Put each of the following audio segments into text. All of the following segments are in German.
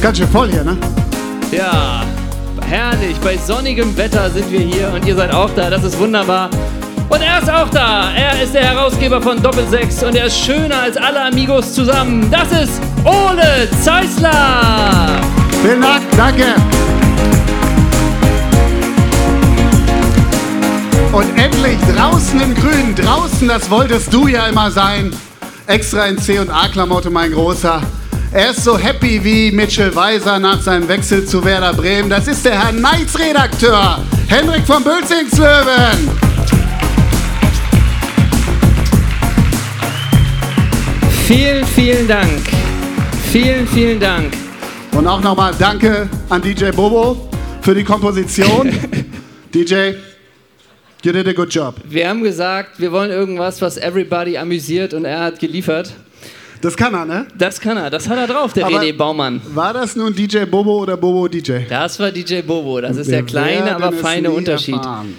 Ganz schön voll hier, ne? Ja, herrlich. Bei sonnigem Wetter sind wir hier und ihr seid auch da. Das ist wunderbar. Und er ist auch da. Er ist der Herausgeber von Doppelsechs und er ist schöner als alle Amigos zusammen. Das ist Ole Zeisler. Vielen Dank, danke. Und endlich draußen im Grün, draußen, das wolltest du ja immer sein. Extra in C und A-Klamotte, mein Großer. Er ist so happy wie Mitchell Weiser nach seinem Wechsel zu Werder Bremen. Das ist der Herr Neitz-Redakteur, Henrik von Bölzingslöwen. Vielen, vielen Dank. Vielen, vielen Dank. Und auch nochmal Danke an DJ Bobo für die Komposition. DJ, you did a good job. Wir haben gesagt, wir wollen irgendwas, was everybody amüsiert und er hat geliefert. Das kann er, ne? Das kann er, das hat er drauf, der Aber- René Baumann. War das nun DJ Bobo oder Bobo DJ? Das war DJ Bobo, das ist Wir der kleine, werden aber es feine nie Unterschied. erfahren.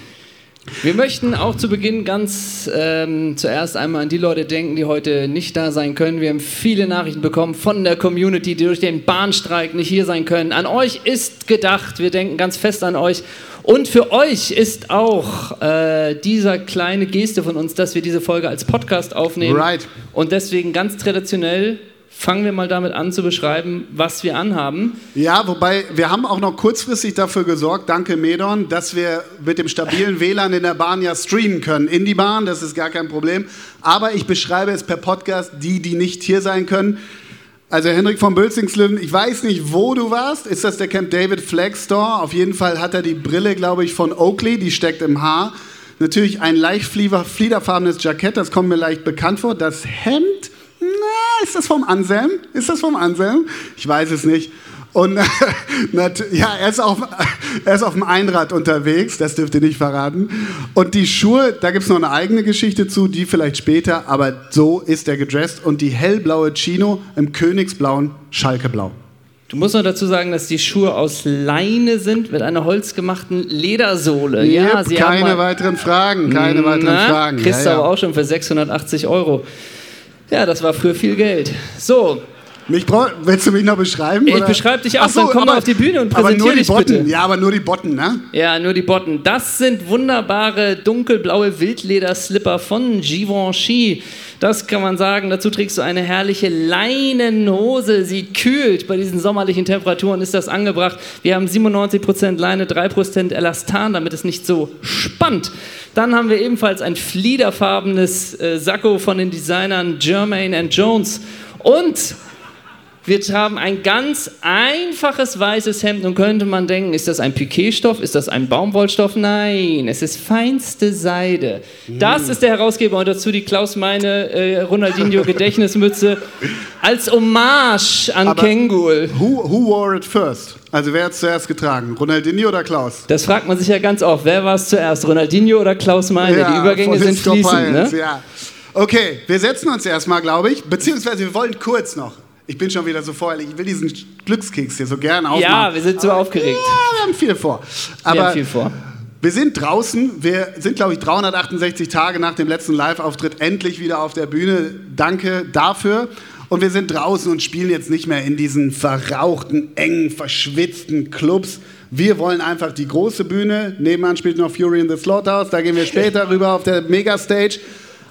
Wir möchten auch zu Beginn ganz ähm, zuerst einmal an die Leute denken, die heute nicht da sein können. Wir haben viele Nachrichten bekommen von der Community, die durch den Bahnstreik nicht hier sein können. An euch ist gedacht, wir denken ganz fest an euch. Und für euch ist auch äh, dieser kleine Geste von uns, dass wir diese Folge als Podcast aufnehmen. Right. Und deswegen ganz traditionell fangen wir mal damit an zu beschreiben, was wir anhaben. Ja, wobei wir haben auch noch kurzfristig dafür gesorgt, danke Medon, dass wir mit dem stabilen WLAN in der Bahn ja streamen können. In die Bahn, das ist gar kein Problem. Aber ich beschreibe es per Podcast, die, die nicht hier sein können. Also Henrik von Bölzingslöwen, ich weiß nicht, wo du warst. Ist das der Camp David Flag Store? Auf jeden Fall hat er die Brille, glaube ich, von Oakley, die steckt im Haar. Natürlich ein leicht flieber- fliederfarbenes Jackett, das kommt mir leicht bekannt vor. Das Hemd, na, ist das vom Anselm? Ist das vom Anselm? Ich weiß es nicht. Und nat- ja, er ist, auf, er ist auf dem Einrad unterwegs, das dürft ihr nicht verraten. Und die Schuhe, da gibt es noch eine eigene Geschichte zu, die vielleicht später, aber so ist er gedresst. Und die hellblaue Chino im königsblauen Schalkeblau. Du musst noch dazu sagen, dass die Schuhe aus Leine sind mit einer holzgemachten Ledersohle. Yep, keine weiteren Fragen, keine weiteren Na, Fragen. Kriegst du Ja, aber ja. auch schon für 680 Euro. Ja, das war früher viel Geld. So, Mich brauch, willst du mich noch beschreiben? Ich oder? beschreib dich auch, Ach so, dann komm aber- mal auf die Bühne und Aber nur präsentier die dich Botten, bitte. ja, aber nur die Botten, ne? ja, nur die Botten. Das sind wunderbare dunkelblaue Wildlederslipper von Givenchy. Das kann man sagen. Dazu trägst du eine herrliche Leinenhose. Sie kühlt. Bei diesen sommerlichen Temperaturen ist das angebracht. Wir haben 97% Leine, 3% Elastan, damit es nicht so spannt. Dann haben wir ebenfalls ein fliederfarbenes äh, Sakko von den Designern Germain and Jones. Und wir haben ein ganz einfaches weißes Hemd. Nun könnte man denken, ist das ein Piqué-Stoff? Ist das ein Baumwollstoff? Nein, es ist feinste Seide. Mm. Das ist der Herausgeber und dazu die Klaus-Meine äh, Ronaldinho-Gedächtnismütze als Hommage an Aber- Kengul. Who, who wore it first? Also wer hat es zuerst getragen? Ronaldinho oder Klaus? Das fragt man sich ja ganz oft. Wer war es zuerst, Ronaldinho oder Klaus-Meine? die von Übergänge sind Hisco fließend. Pines, Ne? Ja. Okay, wir setzen uns erstmal, glaube ich, beziehungsweise wir wollen kurz noch. Ich bin schon wieder so voreilig. Ich will diesen Glückskeks hier so gern aufmachen. Ja, wir sind so aufgeregt. Ja, wir haben viel vor. Aber Wir haben viel vor. wir sind draußen. Wir sind, glaube ich, 368 Tage nach dem letzten Live-Auftritt endlich wieder auf der Bühne. Danke dafür. Und wir sind draußen und spielen jetzt nicht mehr in diesen verrauchten, engen, verschwitzten Clubs. Wir wollen einfach die große Bühne. Nebenan spielt noch Fury in the Slaughterhouse. Da gehen wir später rüber auf der Megastage.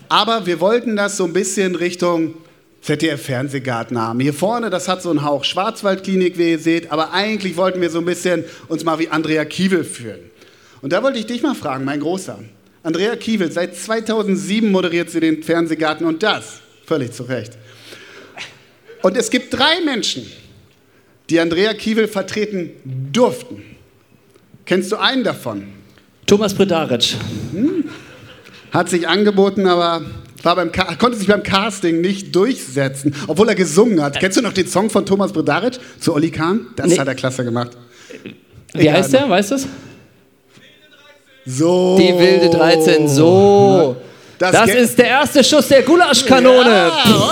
Aber wir wollten das so ein bisschen Richtung ZDF-Fernsehgarten haben. Hier vorne, das hat so einen Hauch Schwarzwaldklinik, wie ihr seht. Aber eigentlich wollten wir so ein bisschen uns mal wie Andrea Kiewel fühlen. Und da wollte ich dich mal fragen, mein Großer. Andrea Kiewel, seit 2007 moderiert sie den Fernsehgarten und das völlig zu Recht. Und es gibt drei Menschen, die Andrea Kiewel vertreten durften. Kennst du einen davon? Thomas Bredaric. Hat sich angeboten, aber war beim Ca- konnte sich beim Casting nicht durchsetzen, obwohl er gesungen hat. Kennst du noch den Song von Thomas Bredaric zu Olli Kahn? Das Nee. hat er klasse gemacht. Wie Egal, ne? heißt der? Weißt du es? So. Die wilde 13. So. Das Oh. Das, ge- ist der erste Schuss der Gulaschkanone. Jawohl.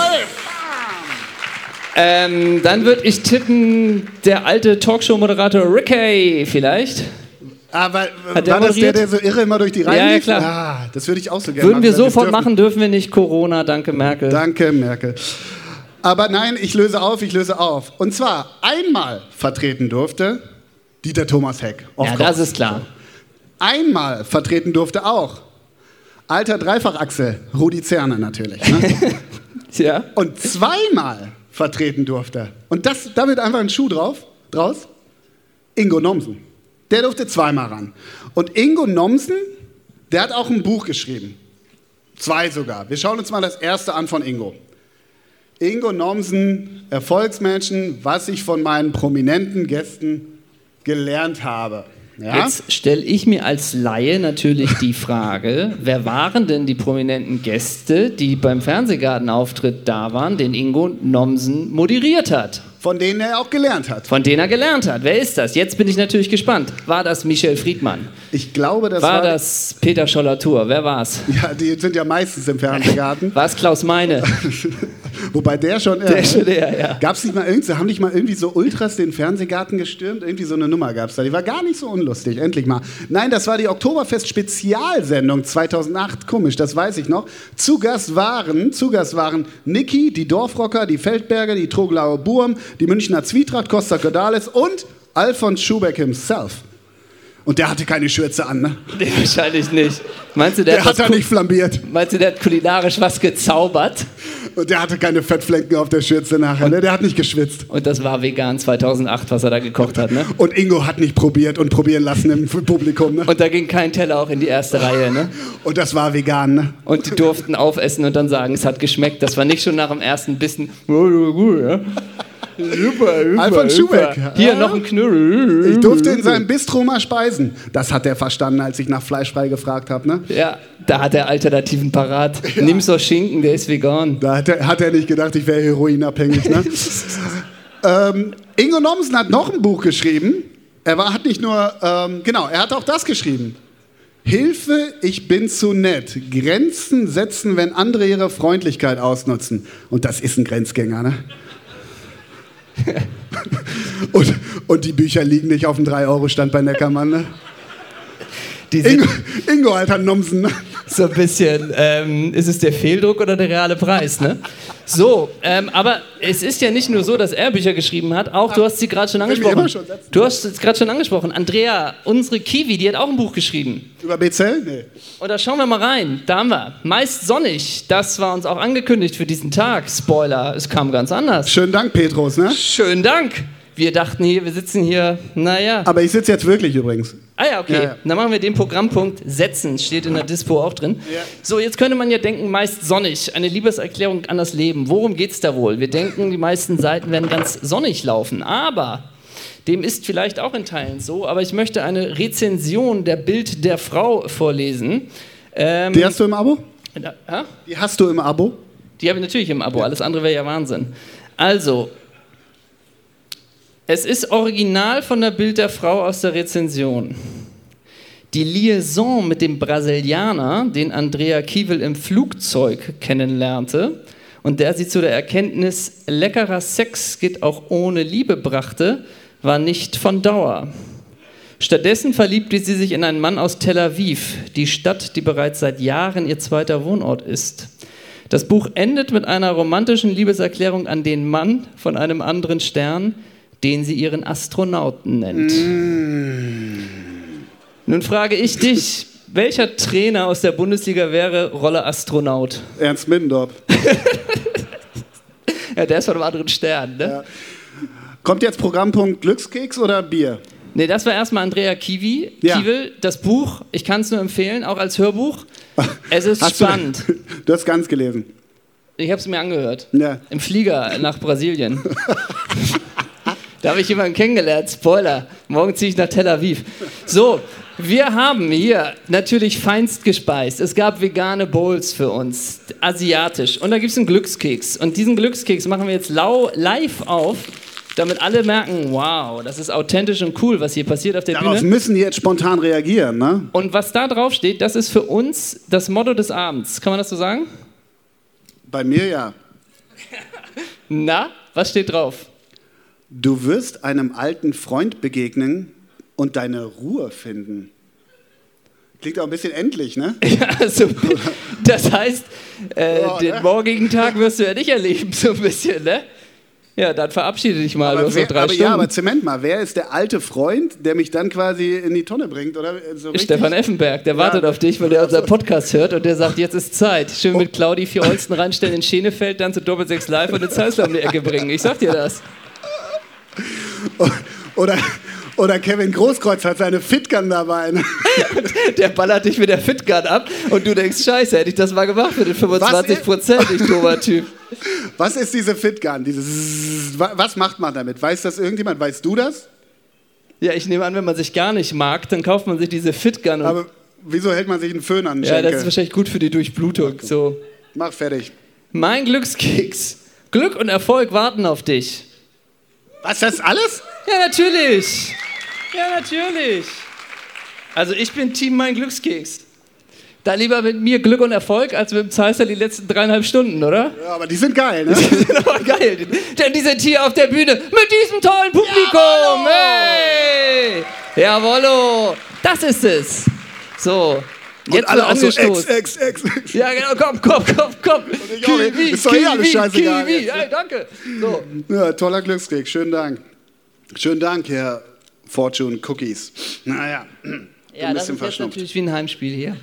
Ähm, dann würde ich tippen, der alte Talkshow-Moderator Rickey vielleicht. Aber äh, Hat der war das der, moderiert? der so irre immer durch die Reihen Ja, ja, lief? klar. Ah, das würde ich auch so gerne Würden machen, wir wenn wir's sofort dürfen. machen, dürfen wir nicht. Corona, danke Merkel. Danke, Merkel. Aber nein, ich löse auf, ich löse auf. Und zwar einmal vertreten durfte Dieter Thomas Heck. of Ja, course. das ist klar. Einmal vertreten durfte auch alter Dreifachachse Rudi Zerne natürlich. Ne? Ja. Und zweimal vertreten durfte. Und das, damit einfach ein Schuh drauf, draus. Ingo Nomsen. Der durfte zweimal ran. Und Ingo Nomsen, der hat auch ein Buch geschrieben. Zwei sogar. Wir schauen uns mal das erste an von Ingo. Ingo Nomsen, Erfolgsmenschen, was ich von meinen prominenten Gästen gelernt habe. Ja? Jetzt stelle ich mir als Laie natürlich die Frage, wer waren denn die prominenten Gäste, die beim Fernsehgartenauftritt da waren, den Ingo Nomsen moderiert hat, Von denen er auch gelernt hat. von denen er gelernt hat? Wer ist das? Jetzt bin ich natürlich gespannt. War das Michel Friedmann? Ich glaube, das War war, das Peter Schollatur? Wer war's? Ja, die sind ja meistens im Fernsehgarten. War es Klaus Meine? Wobei der schon. Der, der, ja. Gab es nicht mal irgendwie, haben nicht mal irgendwie so Ultras den Fernsehgarten gestürmt? Irgendwie so eine Nummer gab es da. Die war gar nicht so unlustig, endlich mal. Nein, das war die Oktoberfest-Spezialsendung 2008. Komisch, das weiß ich noch. Zu Gast waren, zu Gast waren Niki, die Dorfrocker, die Feldberger, die Troglauer Burm, die Münchner Zwietracht, Costa Cordalis und Alfons Schubeck himself. Und der hatte keine Schürze an, ne? Nee, wahrscheinlich nicht. Meinst du, der, Der hat hat was, da nicht flambiert. meinst du, der hat kulinarisch was gezaubert? Und der hatte keine Fettflecken auf der Schürze nachher, ne? Der hat nicht geschwitzt. Und das war vegan 2008, was er da gekocht hat, ne? Und Ingo hat nicht probiert und probieren lassen im Publikum, ne? Und da ging kein Teller auch in die erste Reihe, ne? Und das war vegan, ne? Und die durften aufessen und dann sagen, es hat geschmeckt. Das war nicht schon nach dem ersten Bissen. Super, super. Alfons super. Schubeck. Hier noch ein Knurr. Ich durfte in seinem Bistro mal speisen. Das hat er verstanden, als ich nach fleischfrei gefragt habe, ne? Ja, da hat er Alternativen parat. Nimm so Schinken, der ist vegan. Da hat er, hat er nicht gedacht, ich wäre heroinabhängig, ne? ähm, Ingo Nomsen hat noch ein Buch geschrieben. Er war, hat nicht nur, ähm, genau, er hat auch das geschrieben. Hilfe, ich bin zu nett. Grenzen setzen, wenn andere ihre Freundlichkeit ausnutzen. Und das ist ein Grenzgänger, ne? und, und die Bücher liegen nicht auf dem 3-Euro-Stand bei Neckermann, ne? Die sind Ingo, Ingo alter Nomsen, ne? so ein bisschen, ähm, ist es der Fehldruck oder der reale Preis, ne? So, ähm, aber es ist ja nicht nur so, dass er Bücher geschrieben hat, auch du hast sie gerade schon angesprochen. immer schon setzen. Du hast es gerade schon angesprochen. Andrea, unsere Kiwi, die hat auch ein Buch geschrieben. Über BZL? Nee. Und da schauen wir mal rein. Da haben wir. Meist sonnig. Das war uns auch angekündigt für diesen Tag. Spoiler, es kam ganz anders. Schönen Dank, Petrus, ne? Schönen Dank. Wir dachten hier, wir sitzen hier, naja. Aber ich sitze jetzt wirklich übrigens. Ah ja, okay. Ja, ja. Dann machen wir den Programmpunkt Setzen. Steht in der Dispo auch drin. Ja. So, jetzt könnte man ja denken, meist sonnig. Eine Liebeserklärung an das Leben. Worum geht's da wohl? Wir denken, die meisten Seiten werden ganz sonnig laufen. Aber dem ist vielleicht auch in Teilen so. Aber ich möchte eine Rezension der Bild der Frau vorlesen. Ähm, Die hast du im Abo? da- ja? Die hast du im Abo? Die habe ich natürlich im Abo, alles andere wäre ja Wahnsinn. Also, es ist original von der Bild der Frau aus der Rezension. Die Liaison mit dem Brasilianer, den Andrea Kiewel im Flugzeug kennenlernte und der sie zu der Erkenntnis, leckerer Sex geht auch ohne Liebe brachte, war nicht von Dauer. Stattdessen verliebte sie sich in einen Mann aus Tel Aviv, die Stadt, die bereits seit Jahren ihr zweiter Wohnort ist. Das Buch endet mit einer romantischen Liebeserklärung an den Mann von einem anderen Stern, den sie ihren Astronauten nennt. Mm. Nun frage ich dich, welcher Trainer aus der Bundesliga wäre Rolle Astronaut? Ernst Middendorf. Ja, der ist von einem anderen Stern, ne? Kommt jetzt Programmpunkt Glückskeks oder Bier? Nee, das war erstmal Andrea Kiwi. Ja. Kiewel, das Buch, ich kann es nur empfehlen, auch als Hörbuch. Es ist Hast spannend. Du, du hast ganz gelesen. Ich habe es mir angehört. Ja. Im Flieger nach Brasilien. da habe ich jemanden kennengelernt. Spoiler. Morgen ziehe ich nach Tel Aviv. So, wir haben hier natürlich feinst gespeist. Es gab vegane Bowls für uns, asiatisch. Und da gibt es einen Glückskeks. Und diesen Glückskeks machen wir jetzt lau live auf, damit alle merken, wow, das ist authentisch und cool, was hier passiert auf der Darauf Bühne. müssen die jetzt spontan reagieren, ne? Und was da drauf steht, das ist für uns das Motto des Abends. Kann man das so sagen? Bei mir ja. Na, was steht drauf? Du wirst einem alten Freund begegnen und deine Ruhe finden. Klingt auch ein bisschen endlich, ne? Ja, also, das heißt, Äh, Ja, den ne? morgigen Tag wirst du ja nicht erleben, so ein bisschen, ne? Ja, dann verabschiede dich mal, du Aber, hast noch wer, Also drei aber Stunden. ja, aber Zement mal, wer ist der alte Freund, der mich dann quasi in die Tonne bringt? Oder so richtig? Stefan Effenberg, der wartet auf dich, weil der unseren Podcast hört und der sagt, jetzt ist Zeit. Schön Oh. mit Claudi vier Olsten reinstellen in Schenefeld, dann zu Doppel 6 Live und den Zeissler um die Ecke bringen. Ich sag dir das. Oder, oder Kevin Großkreuz hat seine Fitgun dabei. ne? Der ballert dich mit der Fitgun ab und du denkst, scheiße, hätte ich das mal gemacht mit den ne? 25 Prozent, ich dummer Typ. Was ist diese Fitgun? Dieses Zzzz, wa- was macht man damit? Weiß das irgendjemand? Weißt du das? Ja, ich nehme an, wenn man sich gar nicht mag, dann kauft man sich diese Fitgun. Und Aber wieso hält man sich einen Föhn an den ja, das ist Schenkel? wahrscheinlich gut für die Durchblutung. So. Mach fertig. Mein Glückskeks. Glück und Erfolg warten auf dich. Was, das ist alles? Ja, natürlich. Ja, natürlich. Also ich bin Team Mein Glückskeks. Da lieber mit mir Glück und Erfolg, als mit dem Zeister die letzten dreieinhalb Stunden, oder? Ja, aber die sind geil, ne? Die sind aber geil. Denn die sind hier auf der Bühne mit diesem tollen Publikum. Jawollo! Hey! Jawollo! Das ist es. So. Jetzt alle wird auch so angestoßen. ex, ex, ex, ex. Ja, genau, komm, komm, komm, komm. ich auch, ey. Ist doch eh alles scheißegal Kiwi, jetzt. ey, danke. So. Ja, toller Glückskrieg. Schönen Dank. Schönen Dank, Herr Fortune Cookies. Naja, Ja, ein das bisschen ist jetzt verschnupft. natürlich wie ein Heimspiel hier.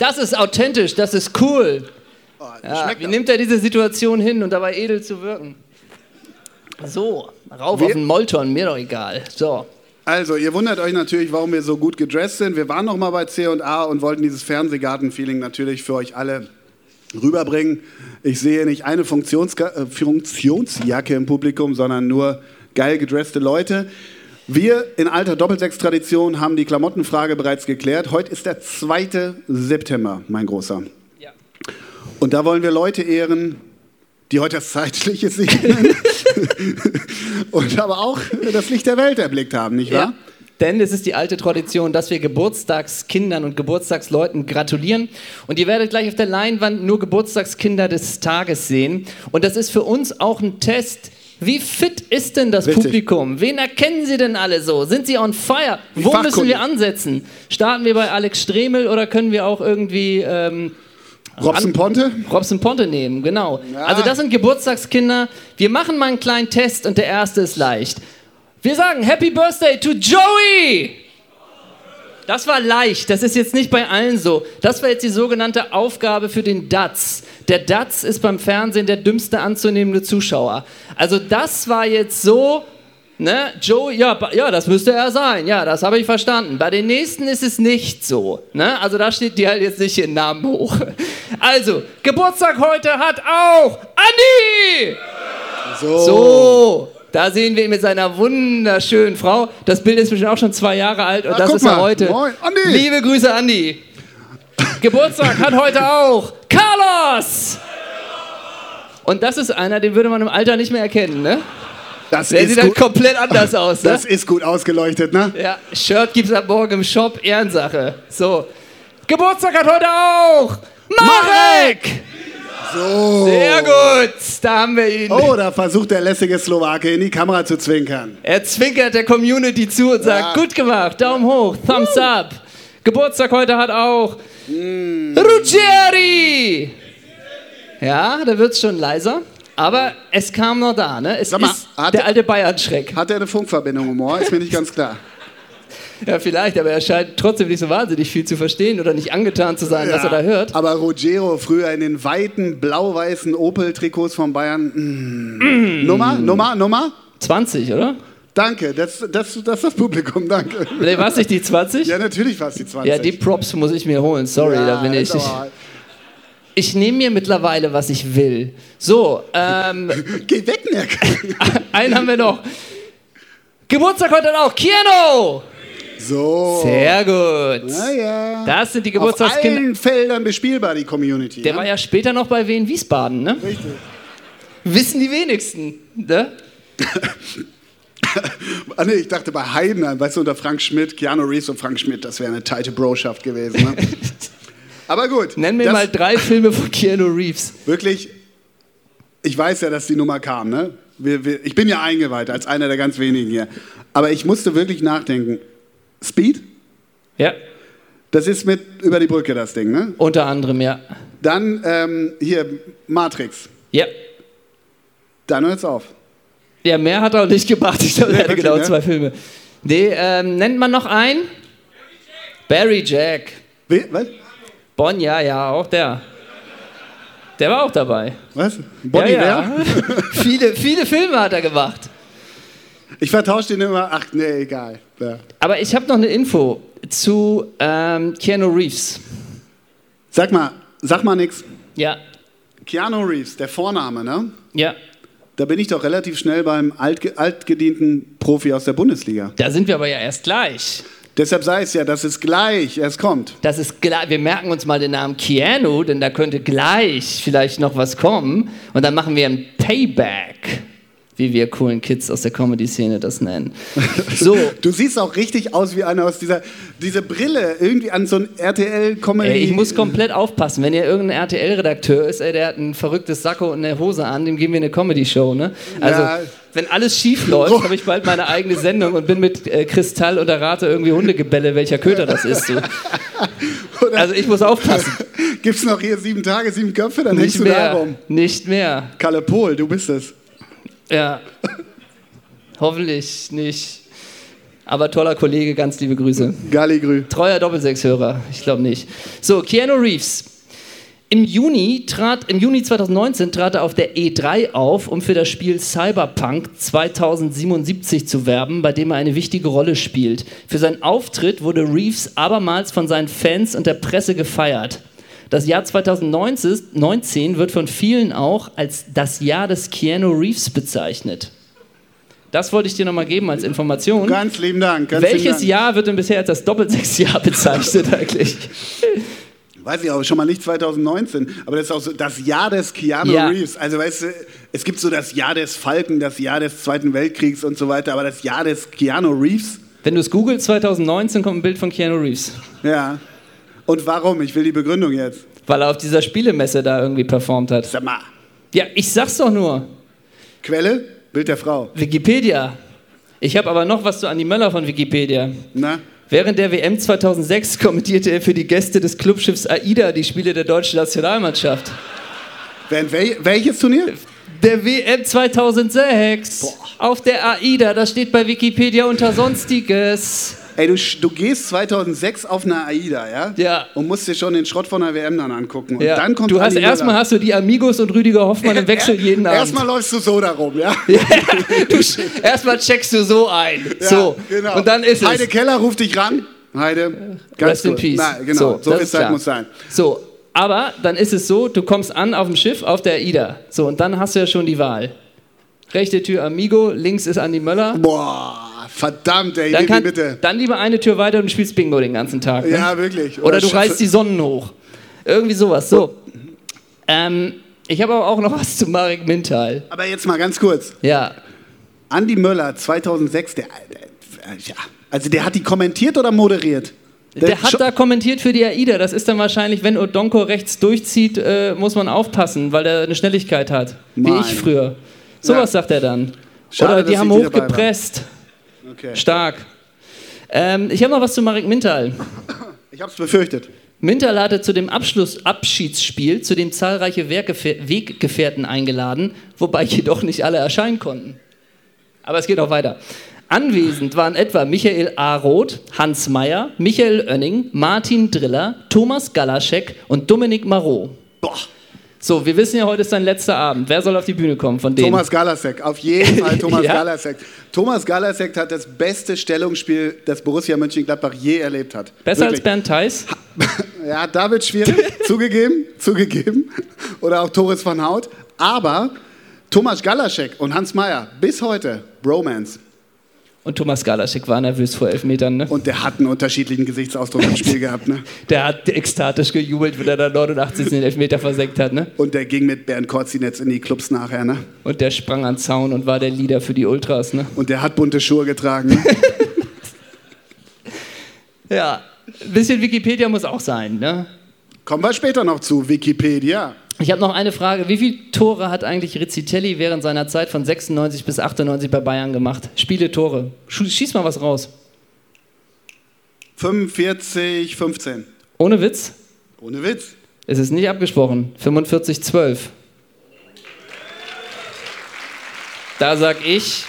Das ist authentisch, das ist cool. Oh, Ja, schmeckt wie auch. nimmt er diese Situation hin und dabei edel zu wirken? So, rauf Wir- auf den Molton, mir doch egal. So. Also, ihr wundert euch natürlich, warum wir so gut gedresst sind. Wir waren noch mal bei C&A und wollten dieses Fernsehgarten-Feeling natürlich für euch alle rüberbringen. Ich sehe nicht eine Funktionska äh, Funktionsjacke im Publikum, sondern nur geil gedresste Leute. Wir in alter Doppelsechs-Tradition haben die Klamottenfrage bereits geklärt. Heute ist der 2. September, mein Großer. Ja. Und da wollen wir Leute ehren, die heute das zeitliche segnen und aber auch das Licht der Welt erblickt haben, nicht wahr? Denn es ist die alte Tradition, dass wir Geburtstagskindern und Geburtstagsleuten gratulieren. Und ihr werdet gleich auf der Leinwand nur Geburtstagskinder des Tages sehen. Und das ist für uns auch ein Test. Wie fit ist denn das Richtig. Publikum? Wen erkennen sie denn alle so? Sind sie on fire? Wo müssen Fachkundig. wir ansetzen? Starten wir bei Alex Stremel oder können wir auch irgendwie ähm, Robson Ponte? Robson Ponte nehmen, genau. Ja. Also das sind Geburtstagskinder. Wir machen mal einen kleinen Test und der erste ist leicht. Wir sagen Happy Birthday to Joey! Das war leicht, das ist jetzt nicht bei allen so. Das war jetzt die sogenannte Aufgabe für den DATS. Der DATS ist beim Fernsehen der dümmste anzunehmende Zuschauer. Also das war jetzt so, ne, Joey, ja, ba- ja, das müsste er sein, ja, das habe ich verstanden. Bei den nächsten ist es nicht so, ne, also da steht die halt jetzt nicht ihren Namen hoch. Also, Geburtstag heute hat auch Andi! Oh. So, da sehen wir ihn mit seiner wunderschönen Frau. Das Bild ist bestimmt auch schon zwei Jahre alt und Ah, das guck ist er mal. heute. Moin, Andi. Liebe Grüße, Andi. Geburtstag hat heute auch Carlos. Und das ist einer, den würde man im Alter nicht mehr erkennen, ne? Das Der ist sieht halt gut. komplett anders aus, ne? Das ist gut ausgeleuchtet, ne? Ja, Shirt gibt's ab morgen im Shop, Ehrensache. So. Geburtstag hat heute auch Marek! So. Sehr gut, da haben wir ihn. Oh, da versucht der lässige Slowake in die Kamera zu zwinkern. Er zwinkert der Community zu und sagt, Ja. gut gemacht, Daumen hoch, Thumbs up. Geburtstag heute hat auch Mm. Ruggeri. Ja, da wird's schon leiser. Aber es kam noch da, ne? Es Sag mal, ist hat- der alte Bayern-Schreck. Hat er eine Funkverbindung, Humor? Ist mir nicht ganz klar. Ja, vielleicht, aber er scheint trotzdem nicht so wahnsinnig viel zu verstehen oder nicht angetan zu sein, was er da hört. Aber Rogero früher in den weiten blau-weißen Opel-Trikots von Bayern. Mm. Nummer, Nummer, Nummer. 20, oder? Danke, das, das, das ist das Publikum, danke. Nee, war nicht die 20? Ja, natürlich war es die 20. Ja, die Props muss ich mir holen, sorry, da bin ich. ist Ich, aber- ich nehme mir mittlerweile, was ich will. So, ähm, Geh weg, Nerk. Einen haben wir noch. Geburtstag heute hat auch Kiano. So. Ah, Sehr gut. Naja. Das sind die Auf Geburtstagskinder. allen Feldern bespielbar, die Community. Der ne? war ja später noch bei Wien Wiesbaden, ne? Richtig. Wissen die wenigsten, ne? Ah, nee, ich dachte bei Heidenheim, weißt du, unter Frank Schmidt, Keanu Reeves und Frank Schmidt, das wäre eine teite Broschaft gewesen. Ne? Aber gut. Nenn mir das mal drei Filme von Keanu Reeves. Wirklich, ich weiß ja, dass die Nummer kam, ne? Wir, wir, ich bin ja eingeweiht als einer der ganz wenigen hier. Aber ich musste wirklich nachdenken. Speed? Ja. Das ist mit über die Brücke das Ding, ne? Unter anderem, ja. Dann ähm, hier Matrix. Ja. Dann hört's auf. Ja, mehr hat er auch nicht gemacht. Ich glaube, Nee, er hatte wirklich, genau ne? zwei Filme. Nee, ähm, nennt man noch einen? Barry Jack. We was? Bon, ja, ja, auch der. Der war auch dabei. was? Bonnie ja, Ware? ja. viele, viele Filme hat er gemacht. Ich vertausche den immer. Ach, nee, egal. Ja. Aber ich habe noch eine Info zu ähm, Keanu Reeves. Sag mal, sag mal nix. Ja, Keanu Reeves, der Vorname, ne? ja. Da bin ich doch relativ schnell beim altge altgedienten Profi aus der Bundesliga. Da sind wir aber ja erst gleich. Deshalb sei es ja, dass es gleich erst kommt. Das ist gleich. Wir merken uns mal den Namen Keanu, denn da könnte gleich vielleicht noch was kommen. Und dann machen wir ein Payback, wie wir coolen Kids aus der Comedy-Szene das nennen. So. Du siehst auch richtig aus wie einer aus dieser diese Brille irgendwie an so ein RTL Comedy. Ey, ich muss komplett aufpassen. Wenn hier irgendein RTL-Redakteur ist, ey, der hat ein verrücktes Sakko und eine Hose an, dem geben wir eine Comedy-Show, ne? Also, Ja. wenn alles schief läuft, habe ich bald meine eigene Sendung und bin mit äh, Kristall und der Rate irgendwie Hundegebelle, welcher Köter das ist. Du. Oder Also, ich muss aufpassen. gibt's noch hier sieben Tage, sieben Köpfe, dann hängst Nicht du da mehr. rum. Nicht mehr. Kalle Pohl, du bist es. Ja. Hoffentlich nicht. Aber toller Kollege, ganz liebe Grüße. Galligrü. Treuer Doppelsechshörer, ich glaube nicht. So, Keanu Reeves. Im Juni, trat, Im Juni 2019 trat er auf der E3 auf, um für das Spiel Cyberpunk 2077 zu werben, bei dem er eine wichtige Rolle spielt. Für seinen Auftritt wurde Reeves abermals von seinen Fans und der Presse gefeiert. Das Jahr 2019 wird von vielen auch als das Jahr des Keanu Reeves bezeichnet. Das wollte ich dir nochmal geben als Information. Ganz lieben Dank. Ganz lieben Welches Dank. Jahr wird denn bisher als das Doppelsechsjahr bezeichnet eigentlich? Weiß ich auch, schon mal nicht 2019, aber das ist auch so das Jahr des Keanu Ja. Reeves. Also weißt du, es gibt so das Jahr des Falken, das Jahr des Zweiten Weltkriegs und so weiter, aber das Jahr des Keanu Reeves, Wenn du es googelst, 2019 kommt ein Bild von Keanu Reeves, ja. Und warum? Ich will die Begründung jetzt. weil er auf dieser Spielemesse da irgendwie performt hat. Sag mal, Ja, ich sag's doch nur. Quelle, Bild der Frau. Wikipedia. Ich habe aber noch was zu Andi Möller von Wikipedia. Na? Während der WM 2006 kommentierte er für die Gäste des Clubschiffs AIDA die Spiele der deutschen Nationalmannschaft. Während wel welches Turnier? Der WM 2006 auf der AIDA, das steht bei Wikipedia unter Sonstiges. Ey, du, sch- du gehst 2006 auf eine AIDA, ja? Ja. Und musst dir schon den Schrott von der WM dann angucken. Und Ja. dann kommt du hast Andi erstmal Möller. hast du die Amigos und Rüdiger Hoffmann im Wechsel jeden Abend. Erstmal läufst du so darum, ja? Du sch- erstmal checkst du so ein. so. genau. Und dann ist es. Heide Keller ruft dich ran. Heide, ganz Rest in gut. peace. Na, genau, so, das viel ist Zeit klar. muss sein. So, aber dann ist es so, du kommst an auf dem Schiff auf der Ida. So, und dann hast du ja schon die Wahl. Rechte Tür Amigo, links ist Andi Möller. Boah, verdammt, ey, Dann, Didi, kann, bitte. dann lieber eine Tür weiter und du spielst Bingo den ganzen Tag. Ne? Ja, wirklich. Oder du Schiffe- reißt die Sonnen hoch. Irgendwie sowas. So. Ähm, ich habe aber auch noch was zu Marek Mintal. Aber jetzt mal ganz kurz. Ja. Andi Möller, 2006, der, der ja. Also der hat die kommentiert oder moderiert? Der, hat schon- da kommentiert für die AIDA. Das ist dann wahrscheinlich, wenn Odonko rechts durchzieht, äh, muss man aufpassen, weil er eine Schnelligkeit hat. Mann. Wie ich früher. Sowas Ja. sagt er dann. Schade, Oder dass die ich haben nicht dabei war. hochgepresst. Okay. Stark. Ähm, ich habe noch was zu Marek Mintal. Ich hab's befürchtet. Mintal hatte zu dem Abschluss Abschiedsspiel, zu dem zahlreiche Werkgefähr Weggefährten eingeladen, wobei jedoch nicht alle erscheinen konnten. Aber es geht auch weiter. Anwesend waren etwa Michael A. Roth, Hans Meyer, Michael Oenning, Martin Driller, Thomas Galaschek und Dominik Marot. Boah, So, wir wissen ja, heute ist sein letzter Abend. Wer soll auf die Bühne kommen von denen? Thomas Galasek, auf jeden Fall Thomas Ja. Galasek. Thomas Galasek hat das beste Stellungsspiel, das Borussia Mönchengladbach je erlebt hat. Besser Wirklich. als Bernd Theis? Ja, da wird schwierig, zugegeben, zugegeben. Oder auch Torres van Hout. Aber Thomas Galaschek und Hans Meyer, bis heute Bromance. Und Thomas Galaschek war nervös vor Elfmetern, ne? Und der hat einen unterschiedlichen Gesichtsausdruck im Spiel gehabt. Ne? Der hat ekstatisch gejubelt, wenn er da 89 den Elfmeter versenkt hat, ne? Und der ging mit Bernd Korzinetz in die Clubs nachher. Ne? Und der sprang an den Zaun und war der Leader für die Ultras, ne? Und der hat bunte Schuhe getragen. Ne? Ja, ein bisschen Wikipedia muss auch sein, ne? Kommen wir später noch zu Wikipedia. Ich habe noch eine Frage. Wie viele Tore hat eigentlich Rizzitelli während seiner Zeit von 96 bis 98 bei Bayern gemacht? Spiele, Tore. Schu- Schieß mal was raus. 45, 15. Ohne Witz? Ohne Witz. Es ist nicht abgesprochen. 45,12. Da sag ich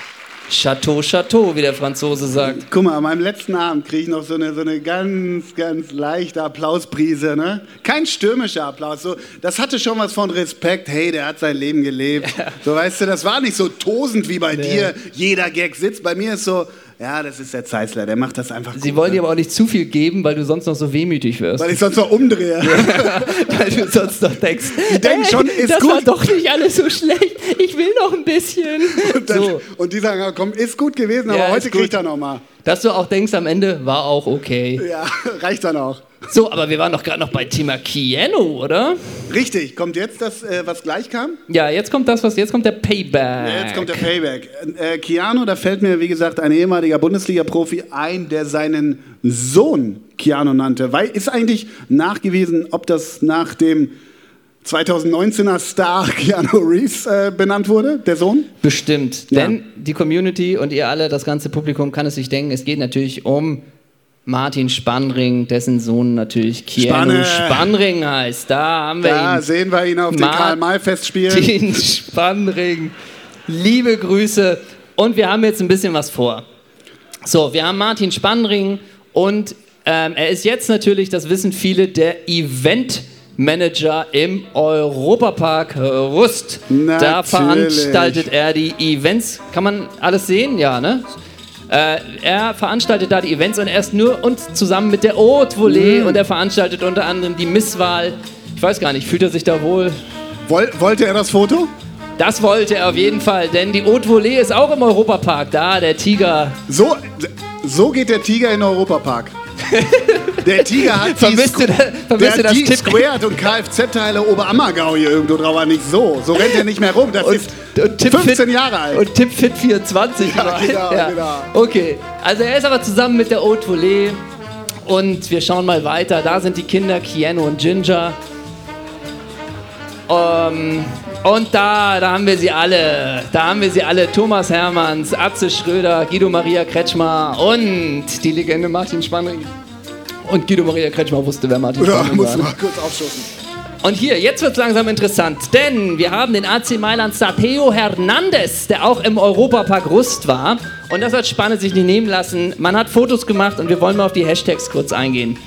Chateau, Chateau, wie der Franzose sagt. Guck mal, an meinem letzten Abend kriege ich noch so eine, so eine ganz, ganz leichte Applausprise. Ne? Kein stürmischer Applaus. So, das hatte schon was von Respekt. Hey, der hat sein Leben gelebt. So, weißt du, das war nicht so tosend wie bei dir. Jeder Gag sitzt. Bei mir ist so, ja, das ist der Zeisler, der macht das einfach Sie gut, wollen dir ne? aber auch nicht zu viel geben, weil du sonst noch so wehmütig wirst. Weil ich sonst noch umdrehe. Weil du sonst noch denkst, Die denken schon, ist das war gut. doch nicht alles so schlecht. Ich will noch ein bisschen. Und, dann, So, und die sagen, ja, komm, ist gut gewesen, Ja, aber ist heute gut. kriegt er noch mal. dass du auch denkst, am Ende war auch okay. Ja, reicht dann auch. So, aber wir waren doch gerade noch bei Thema Keanu, oder? Richtig, kommt jetzt das, äh, was gleich kam? Ja, jetzt kommt das, was jetzt kommt der Payback. Ja, Jetzt kommt der Payback. Äh, Keanu, da fällt mir, wie gesagt, ein ehemaliger Bundesliga-Profi ein, der seinen Sohn Keanu nannte. Weil ist eigentlich nachgewiesen, ob das nach dem 2019er Star Keanu Reeves äh, benannt wurde, der Sohn? Bestimmt. Ja. Denn die Community und ihr alle, das ganze Publikum kann es sich denken, es geht natürlich um Martin Spannring, dessen Sohn natürlich Keanu Spanne. Spannring heißt. Da haben wir Da ihn. sehen wir ihn auf den Martin- Karl-May-Festspielen. Martin Spannring. Liebe Grüße. Und wir haben jetzt ein bisschen was vor. So, wir haben Martin Spannring und ähm, er ist jetzt natürlich, das wissen viele, der Event Manager im Europapark Rust. Da Natürlich. veranstaltet er die Events. Kann man alles sehen? Ja, ne? Äh, er veranstaltet da die Events und er ist nur und zusammen mit der Haute Volée und er veranstaltet unter anderem die Misswahl. Ich weiß gar nicht, fühlt er sich da wohl? Woll, wollte er das Foto? Das wollte er auf jeden Fall, denn die Haute Volée ist auch im Europapark. Da, der Tiger. So, so geht der Tiger in den Europapark. Der Tiger hat die, Vermisst Squ- du da- vermisst der du das hat die Tipp- Squared und Kfz-Teile Oberammergau hier irgendwo drauf, aber nicht so. So rennt er nicht mehr rum. Das ist und Tipp 15 Fit- Jahre alt. Und Tippfit 24 Ja, war. genau, genau. Okay, also er ist aber zusammen mit der Haute Volée und wir schauen mal weiter. Da sind die Kinder Keanu und Ginger. Ähm, und da, da haben wir sie alle. Da haben wir sie alle. Thomas Hermanns, Atze Schröder, Guido Maria Kretschmer und die Legende Martin Spannring. Und Guido Maria Kretschmer wusste, wer Martin ja, Spannring muss war. ne? mal kurz aufschussen. Und hier, jetzt wird es langsam interessant, denn wir haben den AC Mailand-Star Theo Hernandez, der auch im Europapark Rust war. Und das hat Spanne sich nicht nehmen lassen. Man hat Fotos gemacht und wir wollen mal auf die Hashtags kurz eingehen.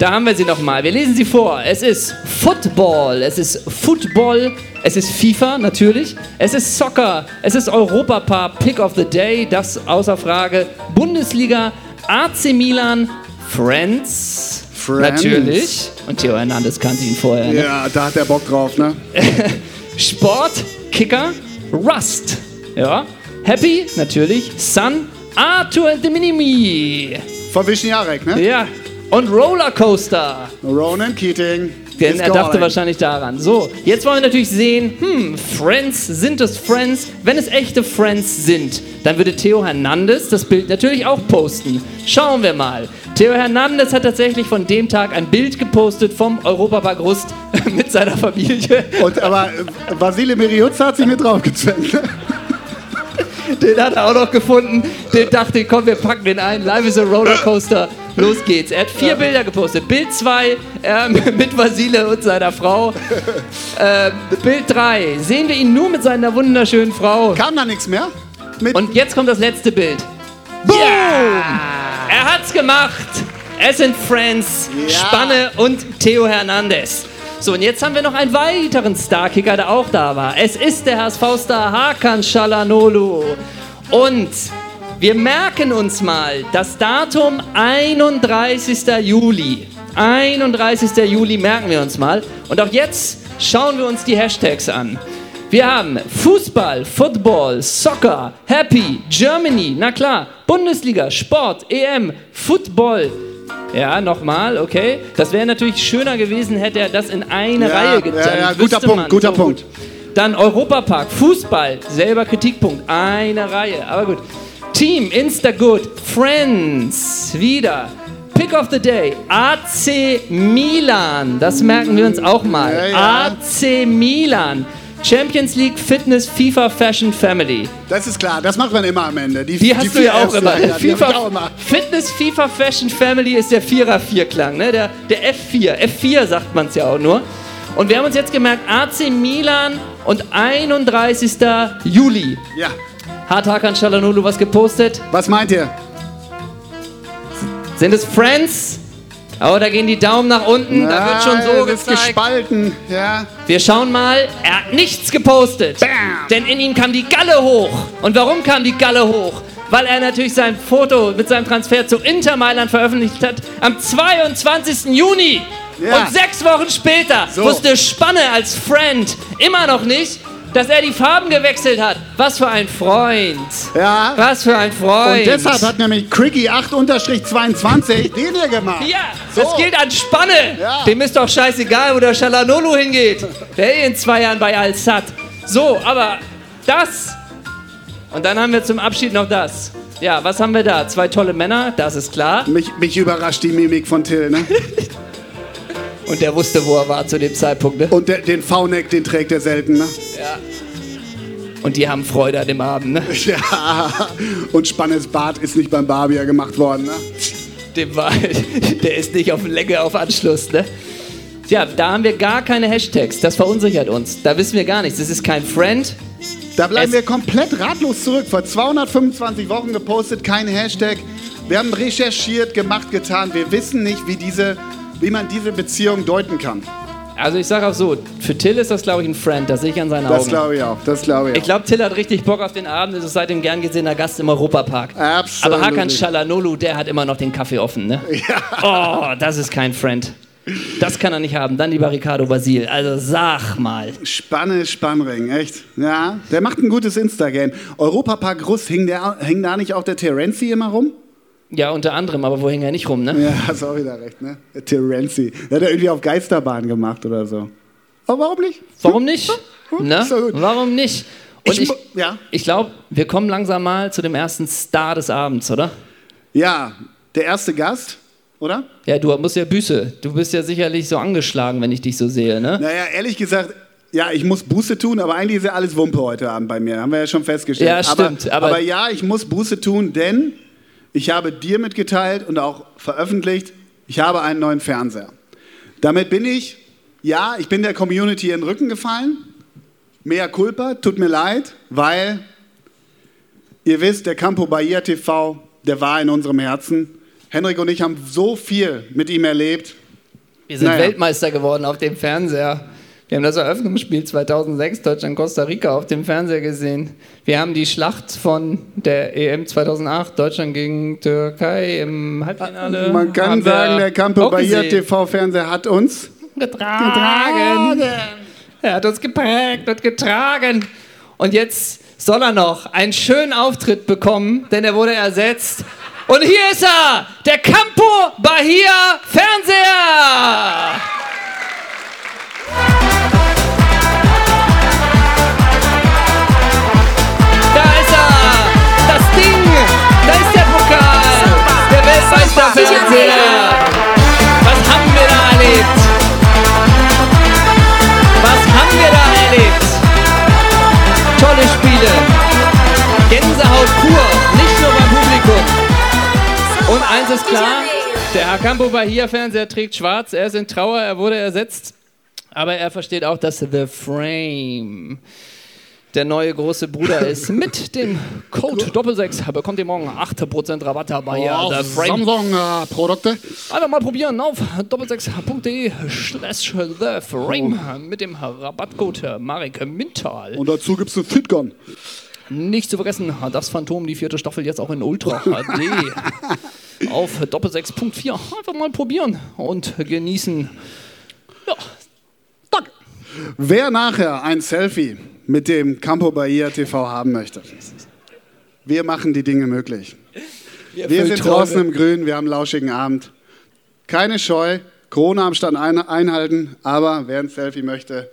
Da haben wir sie nochmal. Wir lesen sie vor. Es ist Football, es ist Football, es ist FIFA natürlich, es ist Soccer, es ist Europapark, Pick of the Day, das außer Frage, Bundesliga, AC Milan, Friends, Friends. natürlich. Und Theo Hernandez kannte ihn vorher. Ne? Ja, da hat er Bock drauf, ne? Sport, Kicker, Rust. Ja. Happy, natürlich. Sun, Arthur and the Minimi. Von Wischniarek, ne? Ja. Und Rollercoaster. Ronan Keating. Denn ist er dachte Gordon. wahrscheinlich daran. So, jetzt wollen wir natürlich sehen, hm, Friends, sind es Friends? Wenn es echte Friends sind, dann würde Theo Hernandez das Bild natürlich auch posten. Schauen wir mal. Theo Hernandez hat tatsächlich von dem Tag ein Bild gepostet vom Europapark Rust mit seiner Familie. Und, aber äh, Vasile Miriuzza hat sich mit draufgezwängt. ne? Den hat er auch noch gefunden. Den dachte ich, komm, wir packen den ein. Live is a Rollercoaster. Los geht's. Er hat vier Bilder gepostet. Bild 2 ähm, mit Vasile und seiner Frau. Ähm, Bild 3 sehen wir ihn nur mit seiner wunderschönen Frau. Kam da nichts mehr? Mit Und jetzt kommt das letzte Bild. Boom! Er hat's gemacht. Es sind Friends, Ja. Spanne und Theo Hernandez. So, und jetzt haben wir noch einen weiteren Starkicker, der auch da war. Es ist der HSV-Star Hakan Shalanolu. Und wir merken uns mal das Datum 31. Juli. 31. Juli merken wir uns mal. Und auch jetzt schauen wir uns die Hashtags an. Wir haben Fußball, Football, Soccer, Happy, Germany, na klar, Bundesliga, Sport, EM, Football. Ja, nochmal, okay. Das wäre natürlich schöner gewesen, hätte er das in eine Ja, Reihe getan. ja, ja, Wüsste guter Punkt, man. guter gut. Punkt. Dann Europapark, Fußball, selber Kritikpunkt, eine Reihe, aber gut. Team, Instagood, Friends, wieder. Pick of the Day, AC Milan, das merken wir uns auch mal. Ja, ja. AC Milan, Champions League, Fitness, FIFA, Fashion, Family. das ist klar, das macht man immer am Ende. Die hast du vier ja auch ersten, immer. Ja, die hab FIFA, ich auch immer. Fitness, FIFA, Fashion, Family ist der Vierer-Vierklang, ne? Der, der F4. F4 sagt man es ja auch nur. Und wir haben uns jetzt gemerkt, AC Milan und 31. Juli. Ja. Hat Hakan Shalanulu was gepostet? Was meint ihr? Sind es Friends? Oh, da gehen die Daumen nach unten, da wird schon so Ah, wird's gezeigt. gespalten. Ja. Wir schauen mal, er hat nichts gepostet. Bam. Denn in ihm kam die Galle hoch. Und warum kam die Galle hoch? Weil er natürlich sein Foto mit seinem Transfer zu Inter Mailand veröffentlicht hat am 22. Juni. Ja. Und sechs Wochen später So. wusste Spanne als Friend immer noch nicht, dass er die Farben gewechselt hat. Was für ein Freund. Ja. Was für ein Freund. Und deshalb hat nämlich Cricky 8-22 den hier gemacht. Ja, So. das gilt an Spanne. Ja. Dem ist doch scheißegal, wo der Shalanolo hingeht. Der eh in zwei Jahren bei Al-Sad. So, aber das. Und dann haben wir zum Abschied noch das. Ja, was haben wir da? Zwei tolle Männer, das ist klar. Mich, mich überrascht die Mimik von Till, ne? Und der wusste, wo er war zu dem Zeitpunkt. Ne? Und der, den V-Neck, den trägt er selten, ne? Und die haben Freude an dem Abend. Ne? Ja. Und Spannes Bart ist nicht beim Barbier gemacht worden, ne? Dem war, der ist nicht auf Länge auf Anschluss. Ne? Tja, da haben wir gar keine Hashtags. Das verunsichert uns. Da wissen wir gar nichts. Das ist kein Friend. Da bleiben Es- wir komplett ratlos zurück. Vor 225 Wochen gepostet, kein Hashtag. Wir haben recherchiert, gemacht, getan. Wir wissen nicht, wie, diese, wie man diese Beziehung deuten kann. Also ich sage auch so, für Till ist das, glaube ich, ein Friend. Das sehe ich an seinen Das Augen. glaube ich auch. Das glaube ich Ich auch. glaube, Till hat richtig Bock auf den Abend, ist seitdem gern gesehener Gast im Europapark. Absolut. Aber Hakan Shalanolu, der hat immer noch den Kaffee offen, ne? Ja. Oh, das ist kein Friend. Das kann er nicht haben. Dann die Barricado Basil. Also sag mal. Spanne, Spannring, echt. Ja, der macht ein gutes Insta-Game. Europapark Russ, hing, der, hing da nicht auch der Terenzi immer rum? Ja, unter anderem, aber wo hängt er nicht rum, ne? Ja, hast auch wieder recht, ne? Der Terenzi. Der hat er irgendwie auf Geisterbahn gemacht oder so. Aber warum nicht? Warum nicht? Ne? Ist doch gut. Warum nicht? Und Ich ich, mu- ja. ich glaube, wir kommen langsam mal zu dem ersten Star des Abends, oder? Ja, der erste Gast, oder? Ja, du musst ja Büße. Du bist ja sicherlich so angeschlagen, wenn ich dich so sehe, ne? Naja, ehrlich gesagt, ja, ich muss Buße tun, aber eigentlich ist ja alles Wumpe heute Abend bei mir. Haben wir ja schon festgestellt. Ja, stimmt, Aber, aber- aber ja, ich muss Buße tun, denn ich habe dir mitgeteilt und auch veröffentlicht, ich habe einen neuen Fernseher. Damit bin ich, ja, ich bin der Community in den Rücken gefallen. Mea culpa, tut mir leid, weil ihr wisst, der Campo Bahia TV, der war in unserem Herzen. Henrik und ich haben so viel mit ihm erlebt. Wir sind Naja. Weltmeister geworden auf dem Fernseher. Wir haben das Eröffnungsspiel 2006 Deutschland-Costa Rica auf dem Fernseher gesehen. Wir haben die Schlacht von der EM 2008 Deutschland gegen Türkei im Halbfinale. Man kann haben wir sagen, der Campo auch Bahia gesehen. TV-Fernseher hat uns getragen. Er hat uns geprägt und getragen. Und jetzt soll er noch einen schönen Auftritt bekommen, denn er wurde ersetzt. Und hier ist er, der Campo Bahia Fernseher. Da ist er, das Ding, da ist der Pokal, der Weltmeister Fernseher. Was haben wir da erlebt? Was haben wir da erlebt? Tolle Spiele. Gänsehaut pur, nicht nur beim Publikum. Und eins ist klar, der Hakampo Bahia Fernseher trägt schwarz, er ist in Trauer, er wurde ersetzt. Aber er versteht auch, dass The Frame der neue große Bruder ist. Mit dem Code Doppelsechs bekommt ihr morgen 8% Rabatt bei The Frame. Samsung-Produkte. Einfach mal probieren auf doppelsechs.de slash the frame mit dem Rabattcode Marek Mintal. Und dazu gibt es einen Fitgun. Nicht zu vergessen, das Phantom, die vierte Staffel jetzt auch in Ultra HD auf doppelsechs.4. Einfach mal probieren und genießen. Ja, danke. Wer nachher ein Selfie mit dem Campo Bahia TV haben möchte, wir machen die Dinge möglich. Wir sind draußen im Grün, wir haben einen lauschigen Abend. Keine Scheu, Corona am Stand ein einhalten, aber wer ein Selfie möchte,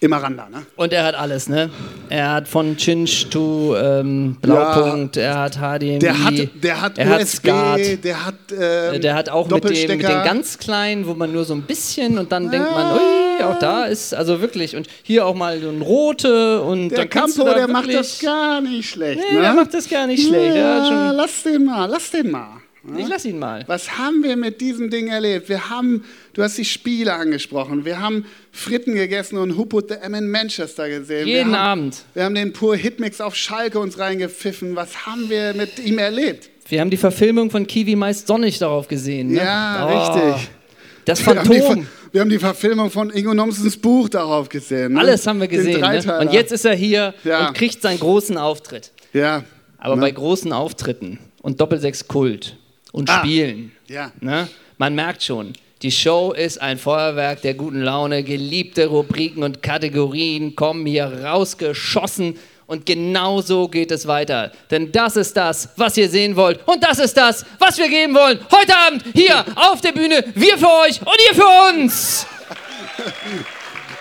immer ran da, ne? Und er hat alles, ne? Er hat von Chinch to ähm, Blaupunkt, er hat HDMI, Der hat, der hat er hat USB, Skat. der hat ähm, Äh, Der hat auch mit dem, mit Doppelstecker. Ah. den ganz kleinen, wo man nur so ein bisschen und dann denkt man, ui, auch da ist, also wirklich. Und hier auch mal so ein rote und Der dann kannst Campo, du da der macht wirklich- das gar nicht schlecht. Nee, ne? der macht das gar nicht schlecht. Der hat Ja, schon lass den mal, lass den mal. Ich lass ihn mal. Was haben wir mit diesem Ding erlebt? Wir haben, du hast die Spiele angesprochen, wir haben Fritten gegessen und Who Put the M in Manchester gesehen. Jeden wir haben, Abend. Wir haben den Pur Hitmix auf Schalke uns reingepfiffen. Was haben wir mit ihm erlebt? Wir haben die Verfilmung von Kiwi meist sonnig darauf gesehen. Ne? Ja, Oh, richtig. Das Wir haben, die, Ver- Phantom. wir haben die Verfilmung von Ingo Nomsens Buch darauf gesehen. Ne? Alles haben wir gesehen. Ne? Den Dreiteiler. Und jetzt ist er hier Ja. und kriegt seinen großen Auftritt. Ja. Aber ne? bei großen Auftritten und Doppelsechs Kult und Ah. Spielen, Ja. ne? man merkt schon, die Show ist ein Feuerwerk der guten Laune. Geliebte Rubriken und Kategorien kommen hier rausgeschossen. Und genau so geht es weiter. Denn das ist das, was ihr sehen wollt. Und das ist das, was wir geben wollen. Heute Abend hier auf der Bühne. Wir für euch und ihr für uns.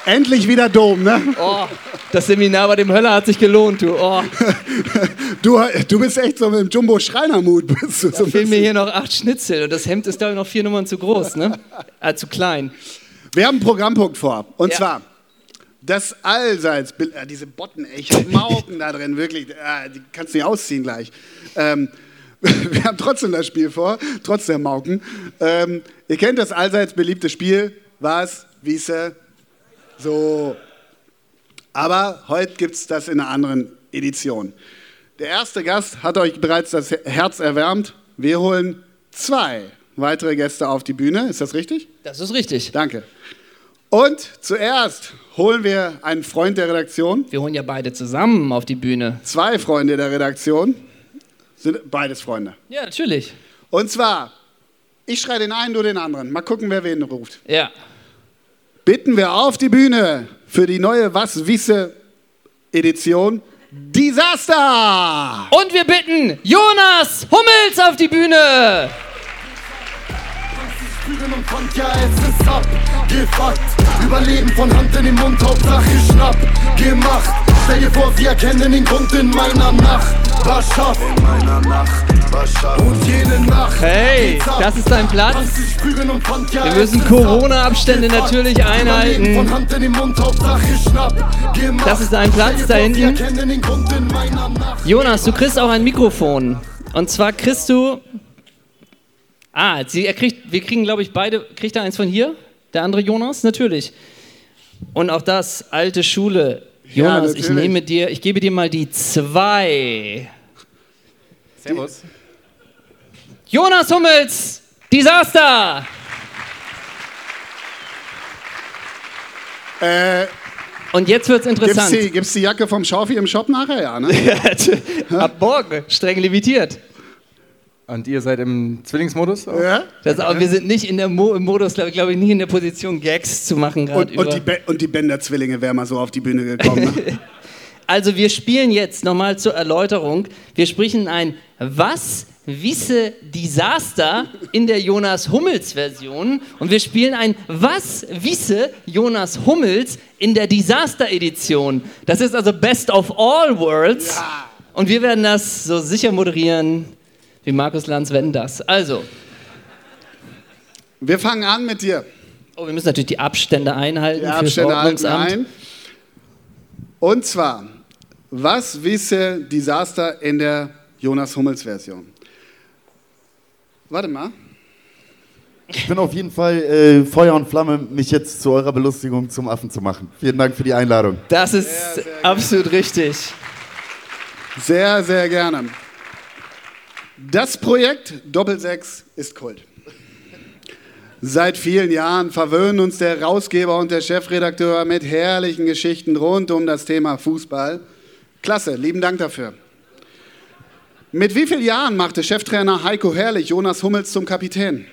Endlich wieder Dom, ne? Oh, das Seminar bei dem Höller hat sich gelohnt, du. Oh, Du, du bist echt so im Jumbo Schreiner-Mut. Bist du so ein fehlen mir bisschen. hier noch acht Schnitzel und das Hemd ist, glaube ich, noch vier Nummern zu groß, ne? Äh, zu klein. Wir haben einen Programmpunkt vor. Und Ja. zwar das Allseits. äh, Diese Botten, ey, ich hab Mauken da drin, wirklich. Äh, die kannst du nicht ausziehen gleich. Ähm, wir haben trotzdem das Spiel vor, trotz der Mauken. Ähm, ihr kennt das allseits beliebte Spiel. Was, wiese, so. Aber heute gibt es das in einer anderen Edition. Der erste Gast hat euch bereits das Herz erwärmt. Wir holen zwei weitere Gäste auf die Bühne. Ist das richtig? Das ist richtig. Danke. Und zuerst holen wir einen Freund der Redaktion, Wir holen ja beide zusammen auf die Bühne. zwei Freunde der Redaktion, sind beides Freunde. Ja, natürlich. Und zwar, ich schreie den einen, du den anderen. Mal gucken, wer wen ruft. Ja. Bitten wir auf die Bühne für die neue Was Wisse Edition Desaster! Und wir bitten Jonas Hummels auf die Bühne. Fühlen und Hand, ja es ist abgefuckt Überleben von Hand in den Mund, Hauptsache schnapp gemacht Stell dir vor, sie erkennen den Grund in meiner Nachbarschaft In meiner Nachbarschaft Und jede Nacht Hey, geht's ab. das ist dein Platz. Kannst dich fühlen und Hand, ja, Wir müssen es ist ab. Corona-Abstände Gefuckt. natürlich einhalten. Überleben von Hand in den Mund, Hauptsache schnapp gemacht Das ist dein Platz Stell dir da vor, sie hinten. erkennen den Grund in meiner Nacht Jonas, du kriegst auch ein Mikrofon. Und zwar kriegst du. Ah, sie, er kriegt, wir kriegen, glaube ich, beide. Kriegt er eins von hier? Der andere Jonas? Natürlich. Und auch das, alte Schule. Ja, Jonas, ich natürlich. nehme dir, ich gebe dir mal die zwei. Servus. Jonas Hummels, Desaster! Äh, Und jetzt wird's gibt's, interessant. die, gibt's die Jacke vom Schaufi im Shop nachher? Ja, ne? Ab morgen, streng limitiert. Und ihr seid im Zwillingsmodus? auch? ja? Das, aber wir sind nicht in der Mo im Modus, glaube glaub ich, nicht in der Position, Gags zu machen gerade Und, über. und die, Be- und die Bender-Zwillinge wären mal so auf die Bühne gekommen. Ne? Also wir spielen jetzt nochmal zur Erläuterung. Wir sprechen ein Was wisse Desaster in der Jonas Hummels Version und wir spielen ein Was wisse Jonas Hummels in der Desaster Edition. Das ist also Best of All Worlds und wir werden das so sicher moderieren wie Markus Lanz, wenn das. Also, Wir fangen an mit dir. oh, wir müssen natürlich die Abstände einhalten Der fürs Abstände halten Ordnungsamt. halt ein. Und zwar, was wisse Desaster in der Jonas Hummels Version? Warte mal. Ich bin auf jeden Fall äh, Feuer und Flamme, mich jetzt zu eurer Belustigung zum Affen zu machen. Vielen Dank für die Einladung. Das ist absolut richtig. Sehr, sehr gerne. Das Projekt Doppelsechs ist Kult. Seit vielen Jahren verwöhnen uns der Herausgeber und der Chefredakteur mit herrlichen Geschichten rund um das Thema Fußball. Klasse, lieben Dank dafür. Mit wie vielen Jahren machte Cheftrainer Heiko Herrlich Jonas Hummels zum Kapitän?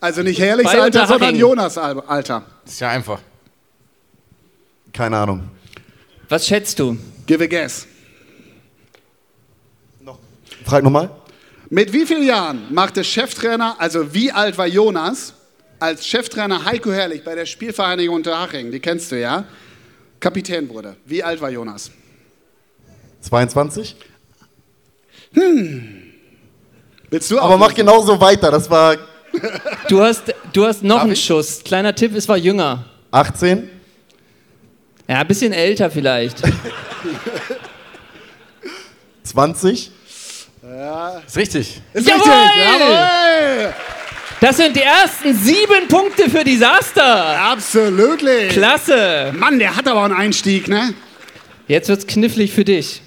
Also nicht Herrlichs Bei Alter, sondern Unterhaching. Jonas Al- Alter. Ist ja einfach. Keine Ahnung. Was schätzt du? Give a guess. Frag nochmal. Mit wie vielen Jahren machte Cheftrainer, also wie alt war Jonas, als Cheftrainer Heiko Herrlich bei der Spielvereinigung Unterhaching, die kennst du ja, Kapitän wurde? Wie alt war Jonas? 22? Willst du auch Aber mach wissen? genauso weiter. Das war Du hast, du hast noch einen Schuss. Kleiner Tipp, es war jünger. 18. Ja, ein bisschen älter vielleicht. 20? Ist richtig. Ist Jawohl! Jawohl! Das sind die ersten sieben Punkte für Desaster. Absolut. Klasse. Mann, der hat aber einen Einstieg, ne? Jetzt wird's knifflig für dich.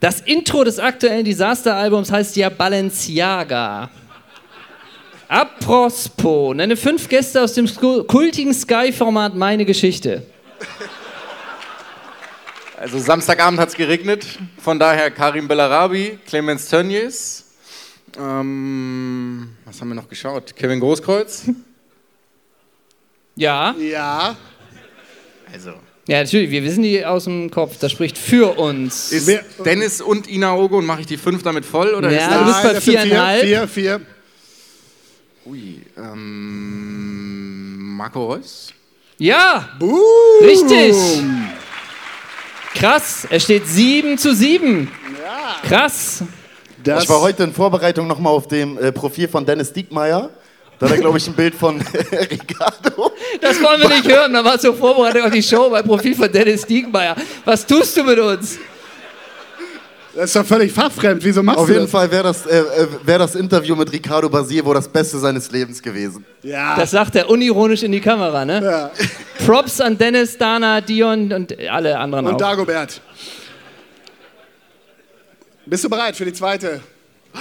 Das Intro des aktuellen Disaster-Albums heißt ja Balenciaga. Apropos, nenne fünf Gäste aus dem sku- kultigen Sky-Format Meine Geschichte. Also Samstagabend hat es geregnet. Von daher Karim Bellarabi, Clemens Tönnies. Ähm, was haben wir noch geschaut? Kevin Großkreuz. Ja? Ja. Also. Ja, natürlich, wir wissen die aus dem Kopf. Das spricht für uns. Ist Wer- Dennis und Ina Ogo und mache ich die fünf damit voll? Oder Ja. ist du bist bei das sind viereinhalb. Vier, vier, vier. das, ui, ähm, Marco Reus? Ja! Buh. Richtig! Krass, es steht 7 zu 7. Krass. Das, Ich war heute in Vorbereitung nochmal auf dem äh, Profil von Dennis Diekmeyer. Da hat er, glaube ich, ein Bild von Ricardo. Das wollen wir nicht hören. Da warst du vorbereitet auf die Show bei Profil von Dennis Diekmeyer. Was tust du mit uns? das ist doch völlig fachfremd. Wieso machst Auf du jeden das? Fall wäre das, äh, äh, wär das Interview mit Ricardo Basier wohl das Beste seines Lebens gewesen. Ja. Das sagt er unironisch in die Kamera, ne? Ah. ja. Props an Dennis, Dana, Dion und alle anderen Und auch. Dagobert. Bist du bereit für die zweite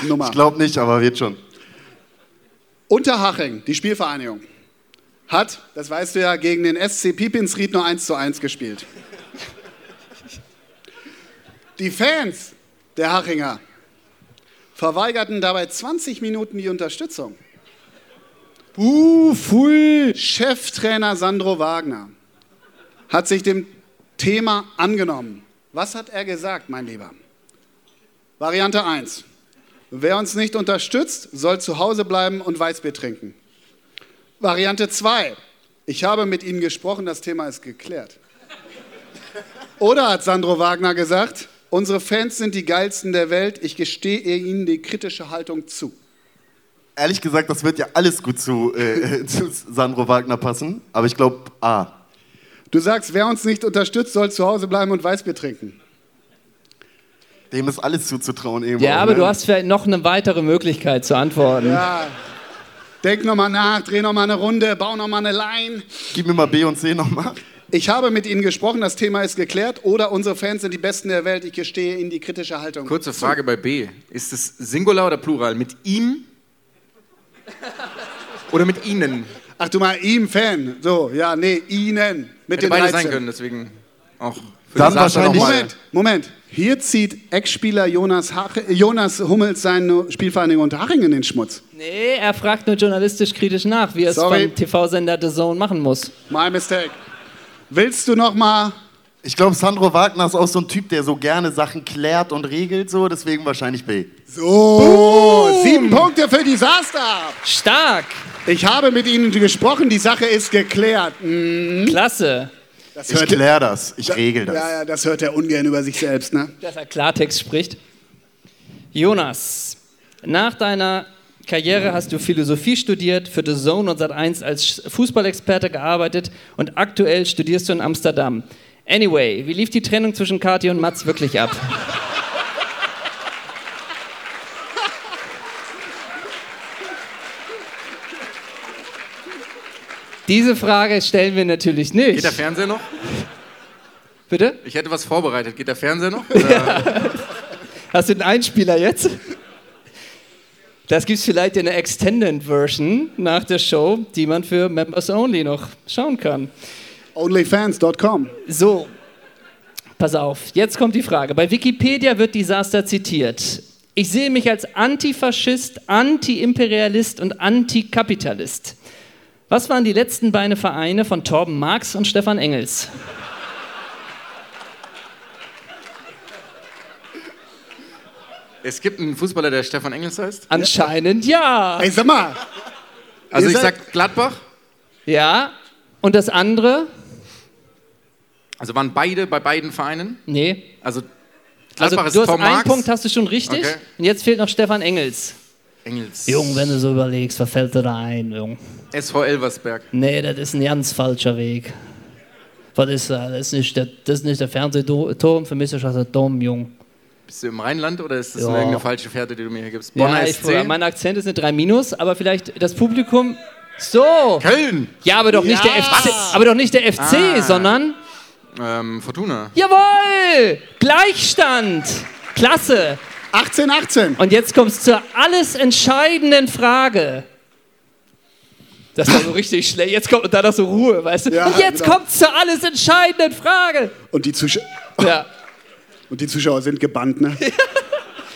Nummer? Ich glaube nicht, aber wird schon. Unterhaching, die Spielvereinigung, hat, das weißt du ja, gegen den SC Pipinsried nur 1 zu 1 gespielt. Die Fans der Hachinger verweigerten dabei 20 Minuten die Unterstützung. Uh, pfui. Cheftrainer Sandro Wagner hat sich dem Thema angenommen. Was hat er gesagt, mein Lieber? Variante 1. Wer uns nicht unterstützt, soll zu Hause bleiben und Weißbier trinken. Variante 2. Ich habe mit ihm gesprochen, das Thema ist geklärt. Oder hat Sandro Wagner gesagt, unsere Fans sind die geilsten der Welt, ich gestehe ihnen die kritische Haltung zu. Ehrlich gesagt, das wird ja alles gut zu, äh, zu Sandro Wagner passen. Aber ich glaube, A. Du sagst, wer uns nicht unterstützt, soll zu Hause bleiben und Weißbier trinken. Dem ist alles zuzutrauen. eben Ja, auch, aber ne? du hast vielleicht noch eine weitere Möglichkeit zu antworten. Ja. Denk nochmal nach, dreh nochmal eine Runde, bau nochmal eine Line. Gib mir mal B und C nochmal. Ich habe mit ihnen gesprochen, das Thema ist geklärt. Oder unsere Fans sind die besten der Welt, ich gestehe ihnen die kritische Haltung Kurze Frage bei B. Ist es Singular oder Plural? Mit ihm? Oder mit ihnen? Ach du mal, ihm Fan. So, ja, nee, ihnen. Mit Hätte den beide 13. sein können, deswegen auch. Für Dann Desaster wahrscheinlich- nochmal. Moment, Moment. Hier zieht Ex-Spieler Jonas, Hach äh, Jonas Hummels seine Spielvereinigung Unterhaching in den Schmutz. Nee, er fragt nur journalistisch kritisch nach, wie er es Sorry. beim TV-Sender The Zone machen muss. My mistake. Willst du noch mal? Ich glaube, Sandro Wagner ist auch so ein Typ, der so gerne Sachen klärt und regelt, so, deswegen wahrscheinlich B. Oh. So, sieben Punkte für Desaster. Stark! Ich habe mit Ihnen gesprochen, die Sache ist geklärt. Hm, Klasse! Das Ich hört, klär das, ich regel das. ja, ja, das hört er ungern über sich selbst, ne? dass er Klartext spricht. Jonas, nach deiner Karriere hast du Philosophie studiert, für The Zone und Sat1 als Fußballexperte gearbeitet und aktuell studierst du in Amsterdam. Anyway, wie lief die Trennung zwischen Kathi und Mats wirklich ab? Diese Frage stellen wir natürlich nicht. Geht der Fernseher noch? Bitte? Ich hätte was vorbereitet. Geht der Fernseher noch? Oder? Hast du den Einspieler jetzt? Das gibt's vielleicht in der Extended Version nach der Show, die man für Members Only noch schauen kann. Onlyfans.com. So, pass auf, jetzt kommt die Frage. Bei Wikipedia wird Desaster zitiert. Ich sehe mich als Antifaschist, Antiimperialist und Antikapitalist. Was waren die letzten beiden Vereine von Torben Marx und Stefan Engels? es gibt einen Fußballer, der Stefan Engels heißt. Anscheinend ja. Ey, sag mal, Also Ihr ich seid- sag Gladbach. Ja. Und das andere? Also waren beide bei beiden Vereinen. Nee, Also Also Gladbach du ist hast Tom einen Marx. Punkt, hast du schon richtig. Okay. Und jetzt fehlt noch Stefan Engels. Engels. Jung, wenn du so überlegst, was fällt dir da ein, Jung? SV Elversberg. Nee, das ist ein ganz falscher Weg. Was ist das? Das ist nicht der, das ist nicht der Fernsehturm, für mich ist das der Dom, Jung. Bist du im Rheinland oder ist das Ja. irgendeine falsche Fährte, die du mir hier gibst? ja, Bonner ich, SC? mein Akzent ist eine 3 minus, aber vielleicht das Publikum. So! Köln! Ja, Ah. aber doch nicht der FC, aber doch nicht der FC, sondern Ähm, Fortuna. jawohl! Gleichstand. Klasse. 18, 18. Und jetzt kommst zur alles entscheidenden Frage. Das war so richtig schlecht. Jetzt kommt und da noch so Ruhe, weißt du? Ja, und jetzt genau. kommt zur alles entscheidenden Frage. Und die, Zusch Ja. und die Zuschauer sind gebannt, ne?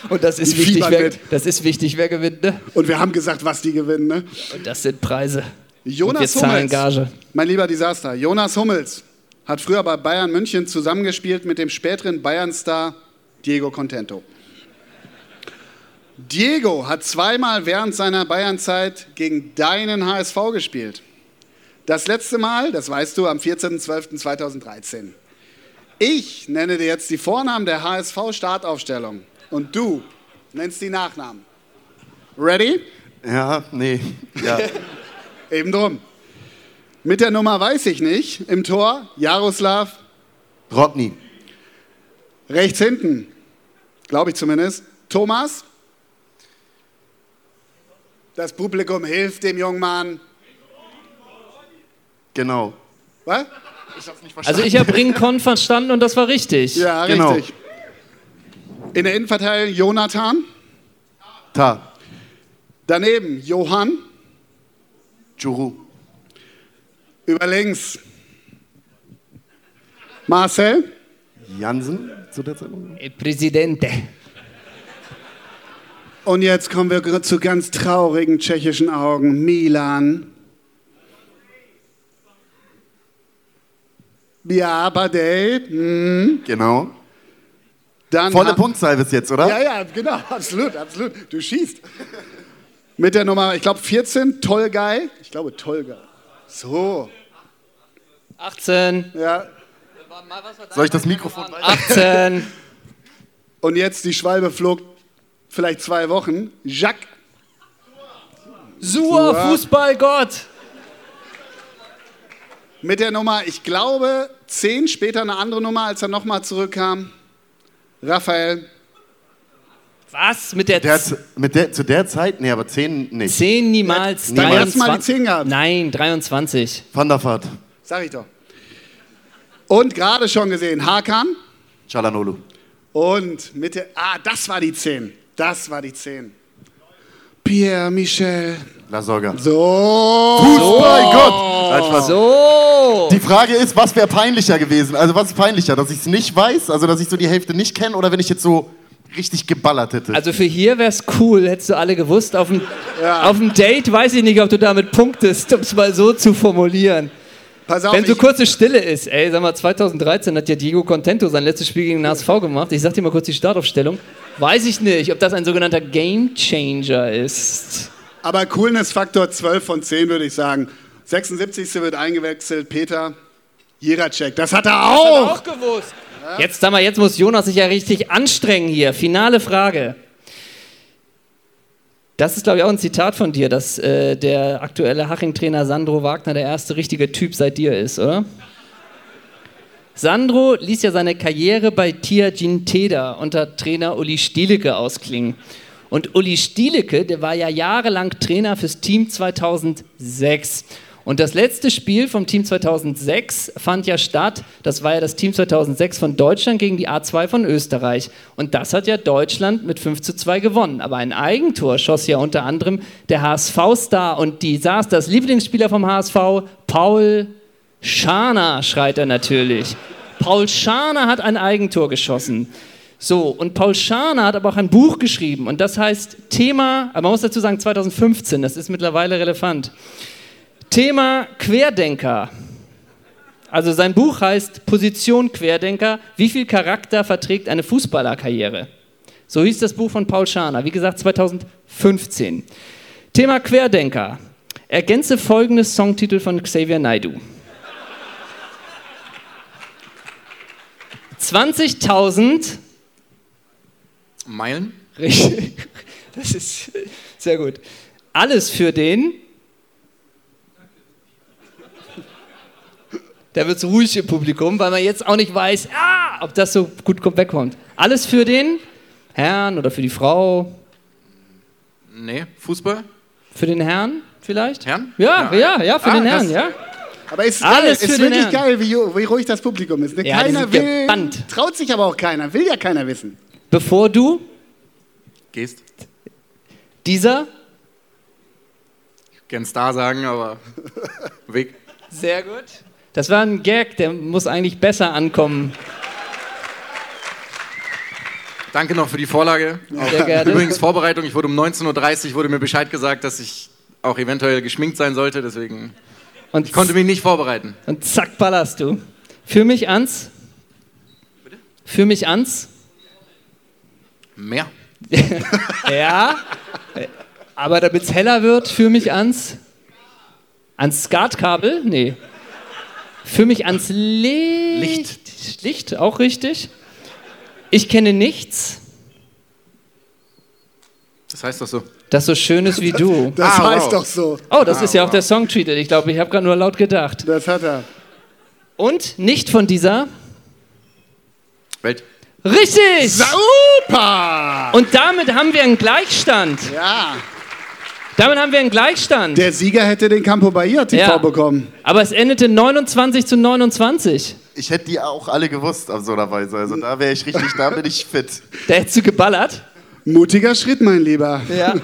Und das ist Die wichtig, fiebern wer, mit. das ist wichtig, wer gewinnt, ne? Und wir haben gesagt, was die gewinnen, ne? Und das sind Preise. und wir Jonas zahlen Hummels. Gage. Mein lieber Desaster, Jonas Hummels hat früher bei Bayern München zusammengespielt mit dem späteren Bayern-Star Diego Contento. Diego hat zweimal während seiner Bayernzeit gegen deinen HSV gespielt. Das letzte Mal, das weißt du, am 14.12.2013. Ich nenne dir jetzt die Vornamen der HSV-Startaufstellung und du nennst die Nachnamen. Ready? Ja, nee. Ja. Eben drum. Mit der Nummer weiß ich nicht. Im Tor Jaroslav Rodney. rechts hinten. Glaube ich zumindest. Thomas. Das Publikum hilft dem jungen Mann. Genau. Was? Also ich habe Ringkon verstanden und das war richtig. Ja, Genau. richtig. In der Innenverteidigung Jonathan. Ta. Daneben Johann. Juru. Über links. Marcel. Jansen zu der Zeit? noch? El Presidente. Und jetzt kommen wir gr- zu ganz traurigen tschechischen Augen. Milan. Ja, Badei. Mhm. Genau. Dann Volle ha- Punktzahl bis jetzt, oder? Ja, ja, genau, absolut, absolut. Du schießt. Mit der Nummer, ich glaube 14, Tolgei. Ich glaube Tolgei. So, 18, ja. Soll ich das Mikrofon weiter? 18. Und jetzt die Schwalbe flog vielleicht zwei Wochen. Jacques, Sur, Fußballgott. mit der Nummer, ich glaube 10, später eine andere Nummer, als er nochmal zurückkam. Raphael, Was? Mit der, Der, zu- mit der, zu der Zeit? Nee, aber 10 nicht. 10 niemals. Beim ersten Mal die 10 gehabt. Nein, 23. Van der Vaart. Sag ich doch. Und gerade schon gesehen, Hakan. Chalanolu. Und mit der. Ah, das war die 10. Das war die 10. Pierre Michel. La Sorga. So. Mein Oh. Gott! Nein, Spaß. So. Die Frage ist, was wäre peinlicher gewesen? Also, was ist peinlicher? Dass ich es nicht weiß, also dass ich so die Hälfte nicht kenne, oder wenn ich jetzt so richtig geballert hätte? Also für hier wär's cool, hättest du alle gewusst. Auf dem, auf dem Date weiß ich nicht, ob du damit punktest, um es mal so zu formulieren. Pass auf. Wenn so ich- kurze Stille ist, ey, sag mal, 2013 hat ja Diego Contento sein letztes Spiel gegen den HSV gemacht. Ich sag dir mal kurz die Startaufstellung. Weiß ich nicht, ob das ein sogenannter Game Changer ist. aber Coolness-Faktor 12 von 10, würde ich sagen. 76. wird eingewechselt, Peter Jiracek. Das hat er auch. gewusst. Jetzt sag mal, jetzt muss Jonas sich ja richtig anstrengen hier. Finale Frage. Das ist, glaube ich, auch ein Zitat von dir, dass äh, der aktuelle Haching-Trainer Sandro Wagner der erste richtige Typ seit dir ist, oder? Sandro ließ ja seine Karriere bei Tiajin Teda unter Trainer Uli Stielecke ausklingen. Und Uli Stielecke, der war ja jahrelang Trainer fürs Team 2006. Und das letzte Spiel vom Team 2006 fand ja statt. Das war ja das Team 2006 von Deutschland gegen die A2 von Österreich. Und das hat ja Deutschland mit 5 zu 2 gewonnen. Aber ein Eigentor schoss ja unter anderem der HSV-Star und Disasters Lieblingsspieler vom HSV, Paul Schana schreit er natürlich. Paul Schana hat ein Eigentor geschossen. So, und Paul Schana hat aber auch ein Buch geschrieben und das heißt Thema, aber man muss dazu sagen 2015, das ist mittlerweile relevant. Thema Querdenker. Also sein Buch heißt Position Querdenker, wie viel Charakter verträgt eine Fußballerkarriere? So hieß das Buch von Paul Schana, wie gesagt 2015. Thema Querdenker. Ergänze folgendes Songtitel von Xavier Naidoo. 20.000. Meilen? Richtig. Das ist sehr gut. Alles für den. Da wird es ruhig im Publikum, weil man jetzt auch nicht weiß, ah, ob das so gut kommt, wegkommt. Alles für den Herrn oder für die Frau? Nee, Fußball? Für den Herrn vielleicht? Herrn? Ja, ja, ja, für Ah, den Herrn, das- ja. Aber es ist, Alles geil, für ist den wirklich Herrn. geil, wie, wie ruhig das Publikum ist. Ne? Ja, die keiner sind will, gebannt. traut sich aber auch keiner, will ja keiner wissen. Bevor du Gehst. dieser Ich kann Star sagen, aber Weg. Sehr gut. Das war ein Gag, der muss eigentlich besser ankommen. Danke noch für die Vorlage. Sehr gerne. Übrigens Vorbereitung, ich wurde um 19.30 Uhr wurde mir Bescheid gesagt, dass ich auch eventuell geschminkt sein sollte, deswegen Und, ich konnte mich nicht vorbereiten. und zack, ballerst du. Für mich ans. Für mich ans. Mehr? Ja. Aber damit es heller wird, für mich ans. Ans Skatkabel? Nee. Für mich ans Licht. Licht. Licht, auch richtig. Ich kenne nichts, Das heißt doch so. das so schön ist wie du. Das Ah, heißt wow. doch so. Oh, das ist ja auch der Songtitel. Ich glaube, ich habe gerade nur laut gedacht. Das hat er. Und nicht von dieser. Welt. Richtig! Super! Und damit haben wir einen Gleichstand. Ja. Damit haben wir einen Gleichstand. Der Sieger hätte den Campo Bahia TV Ja. bekommen. Aber es endete 29 zu 29. Ich hätte die auch alle gewusst, absurderweise. Also da wäre ich richtig, da bin ich fit. Da hättest du geballert. Mutiger Schritt, mein Lieber. Ja.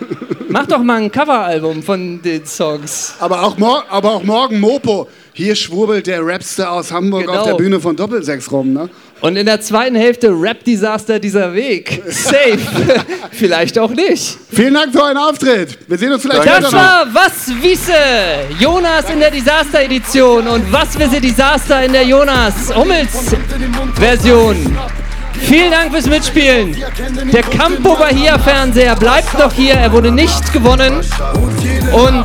Mach doch mal ein Coveralbum von den Songs. Aber auch, mor aber auch morgen Mopo. Hier schwurbelt der Rapster aus Hamburg Genau. auf der Bühne von Doppelsechs rum. Ne? Und in der zweiten Hälfte Rap-Desaster dieser Weg. Safe. Vielleicht auch nicht. Vielen Dank für euren Auftritt. Wir sehen uns vielleicht Das später noch. war Was Wisse? Jonas in der Desaster-Edition und Was Wisse Desaster in der Jonas Hummels Version. Vielen Dank fürs Mitspielen. Der Campo Bahia Fernseher bleibt noch hier. Er wurde nicht gewonnen. Und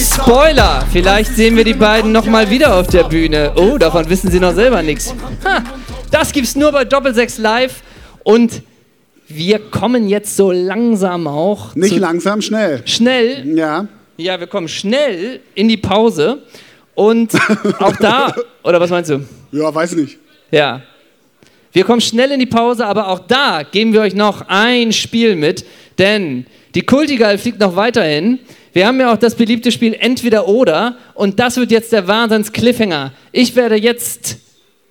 Spoiler, vielleicht sehen wir die beiden nochmal wieder auf der Bühne. Oh, davon wissen sie noch selber nichts. Ha, das gibt's nur bei Doppelsechs Live. Und wir kommen jetzt so langsam auch Nicht zu langsam, schnell. schnell Ja. ja, wir kommen schnell in die Pause und auch da, oder was meinst du? Ja, weiß nicht. Ja. Wir kommen schnell in die Pause, aber auch da geben wir euch noch ein Spiel mit, denn die Kultigal fliegt noch weiterhin. Wir haben ja auch das beliebte Spiel Entweder oder und das wird jetzt der Wahnsinns-Cliffhanger. Ich werde jetzt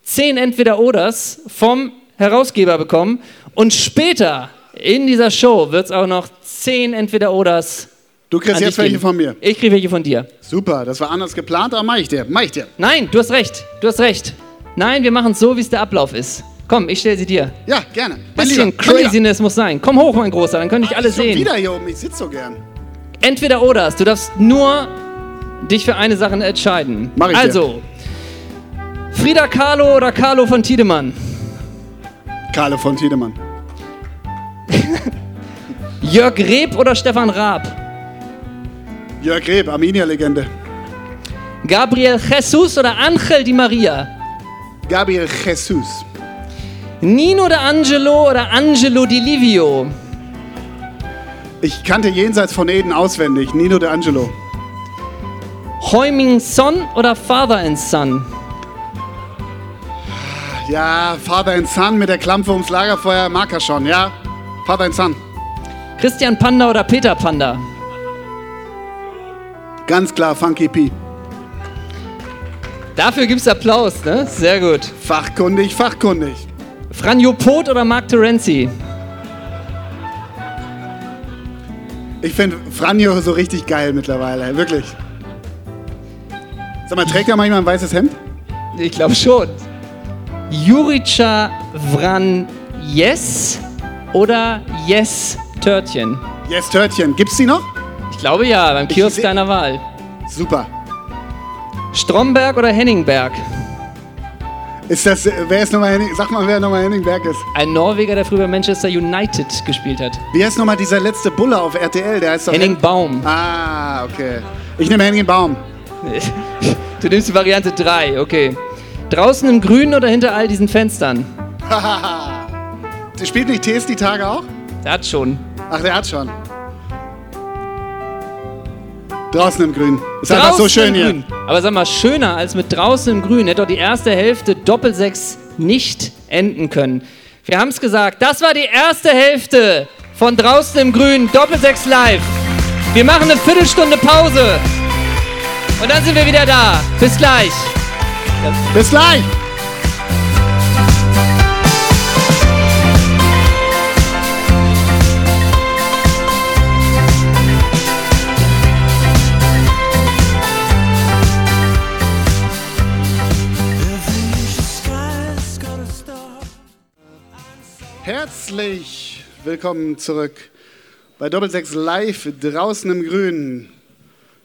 zehn Entweder-Oders vom Herausgeber bekommen und später in dieser Show wird es auch noch zehn Entweder-Oders. Du kriegst an jetzt dich welche geben. von mir. Ich kriege welche von dir. Super, das war anders geplant, aber mach ich dir. Mach ich dir. Nein, du hast recht. Du hast recht. Nein, wir machen es so, wie es der Ablauf ist. Komm, ich stelle sie dir. Ja, gerne. Mein Bisschen Lieber, komm her. Craziness muss sein. Komm hoch, mein Großer, dann können dich alle Schon sehen. wieder hier oben, ich sitze so gern. Entweder oder. Du darfst nur dich für eine Sache entscheiden. Mach ich dir. also, Frida Kahlo oder Carlo von Tiedemann? Karle von Tiedemann. Jörg Reb oder Stefan Raab? Jörg Reb, Arminia-Legende. Gabriel Jesus oder Angel Di Maria? Gabriel Jesus. Nino de Angelo oder Angelo Di Livio? Ich kannte jenseits von Eden auswendig. Nino de Angelo. Heuming Son oder Father and Son? Ja, Father and Son mit der Klampe ums Lagerfeuer, mag er schon, ja? Father and Son. Christian Panda oder Peter Panda? Ganz klar, Funky P. Dafür gibt's Applaus, ne? Sehr gut. Fachkundig, fachkundig. Franjo Pot oder Mark Terenzi? Ich finde Franjo so richtig geil mittlerweile, wirklich. Sag mal, trägt er manchmal ein weißes Hemd? Ich glaube schon. Jurica Vran Yes oder Yes Törtchen? Yes, Törtchen. Gibt's die noch? Ich glaube ja, beim Kiosk seh- deiner Wahl. Super. Stromberg oder Henningberg? Ist das, äh, wer ist nochmal Henning, sag mal, wer nochmal Henning Berg ist. Ein Norweger, der früher bei Manchester United gespielt hat. Wie heißt nochmal dieser letzte Bulle auf RTL? Der heißt doch Henning Baum. Ah, okay. Ich nehme Henning Baum. Ah. Du nimmst die Variante 3, okay. Draußen im Grün oder hinter all diesen Fenstern? Der Spielt nicht TS die Tage auch? Der hat schon. Ach, der hat schon. Draußen im Grün. Ist einfach so schön im hier. Grün. Aber sag mal, schöner als mit draußen im Grün hätte doch die erste Hälfte Doppelsechs nicht enden können. Wir haben es gesagt, das war die erste Hälfte von draußen im Grün, Doppelsechs live. Wir machen eine Viertelstunde Pause und dann sind wir wieder da. Bis gleich. Bis gleich! Herzlich willkommen zurück bei Doppelsechs Live draußen im Grünen.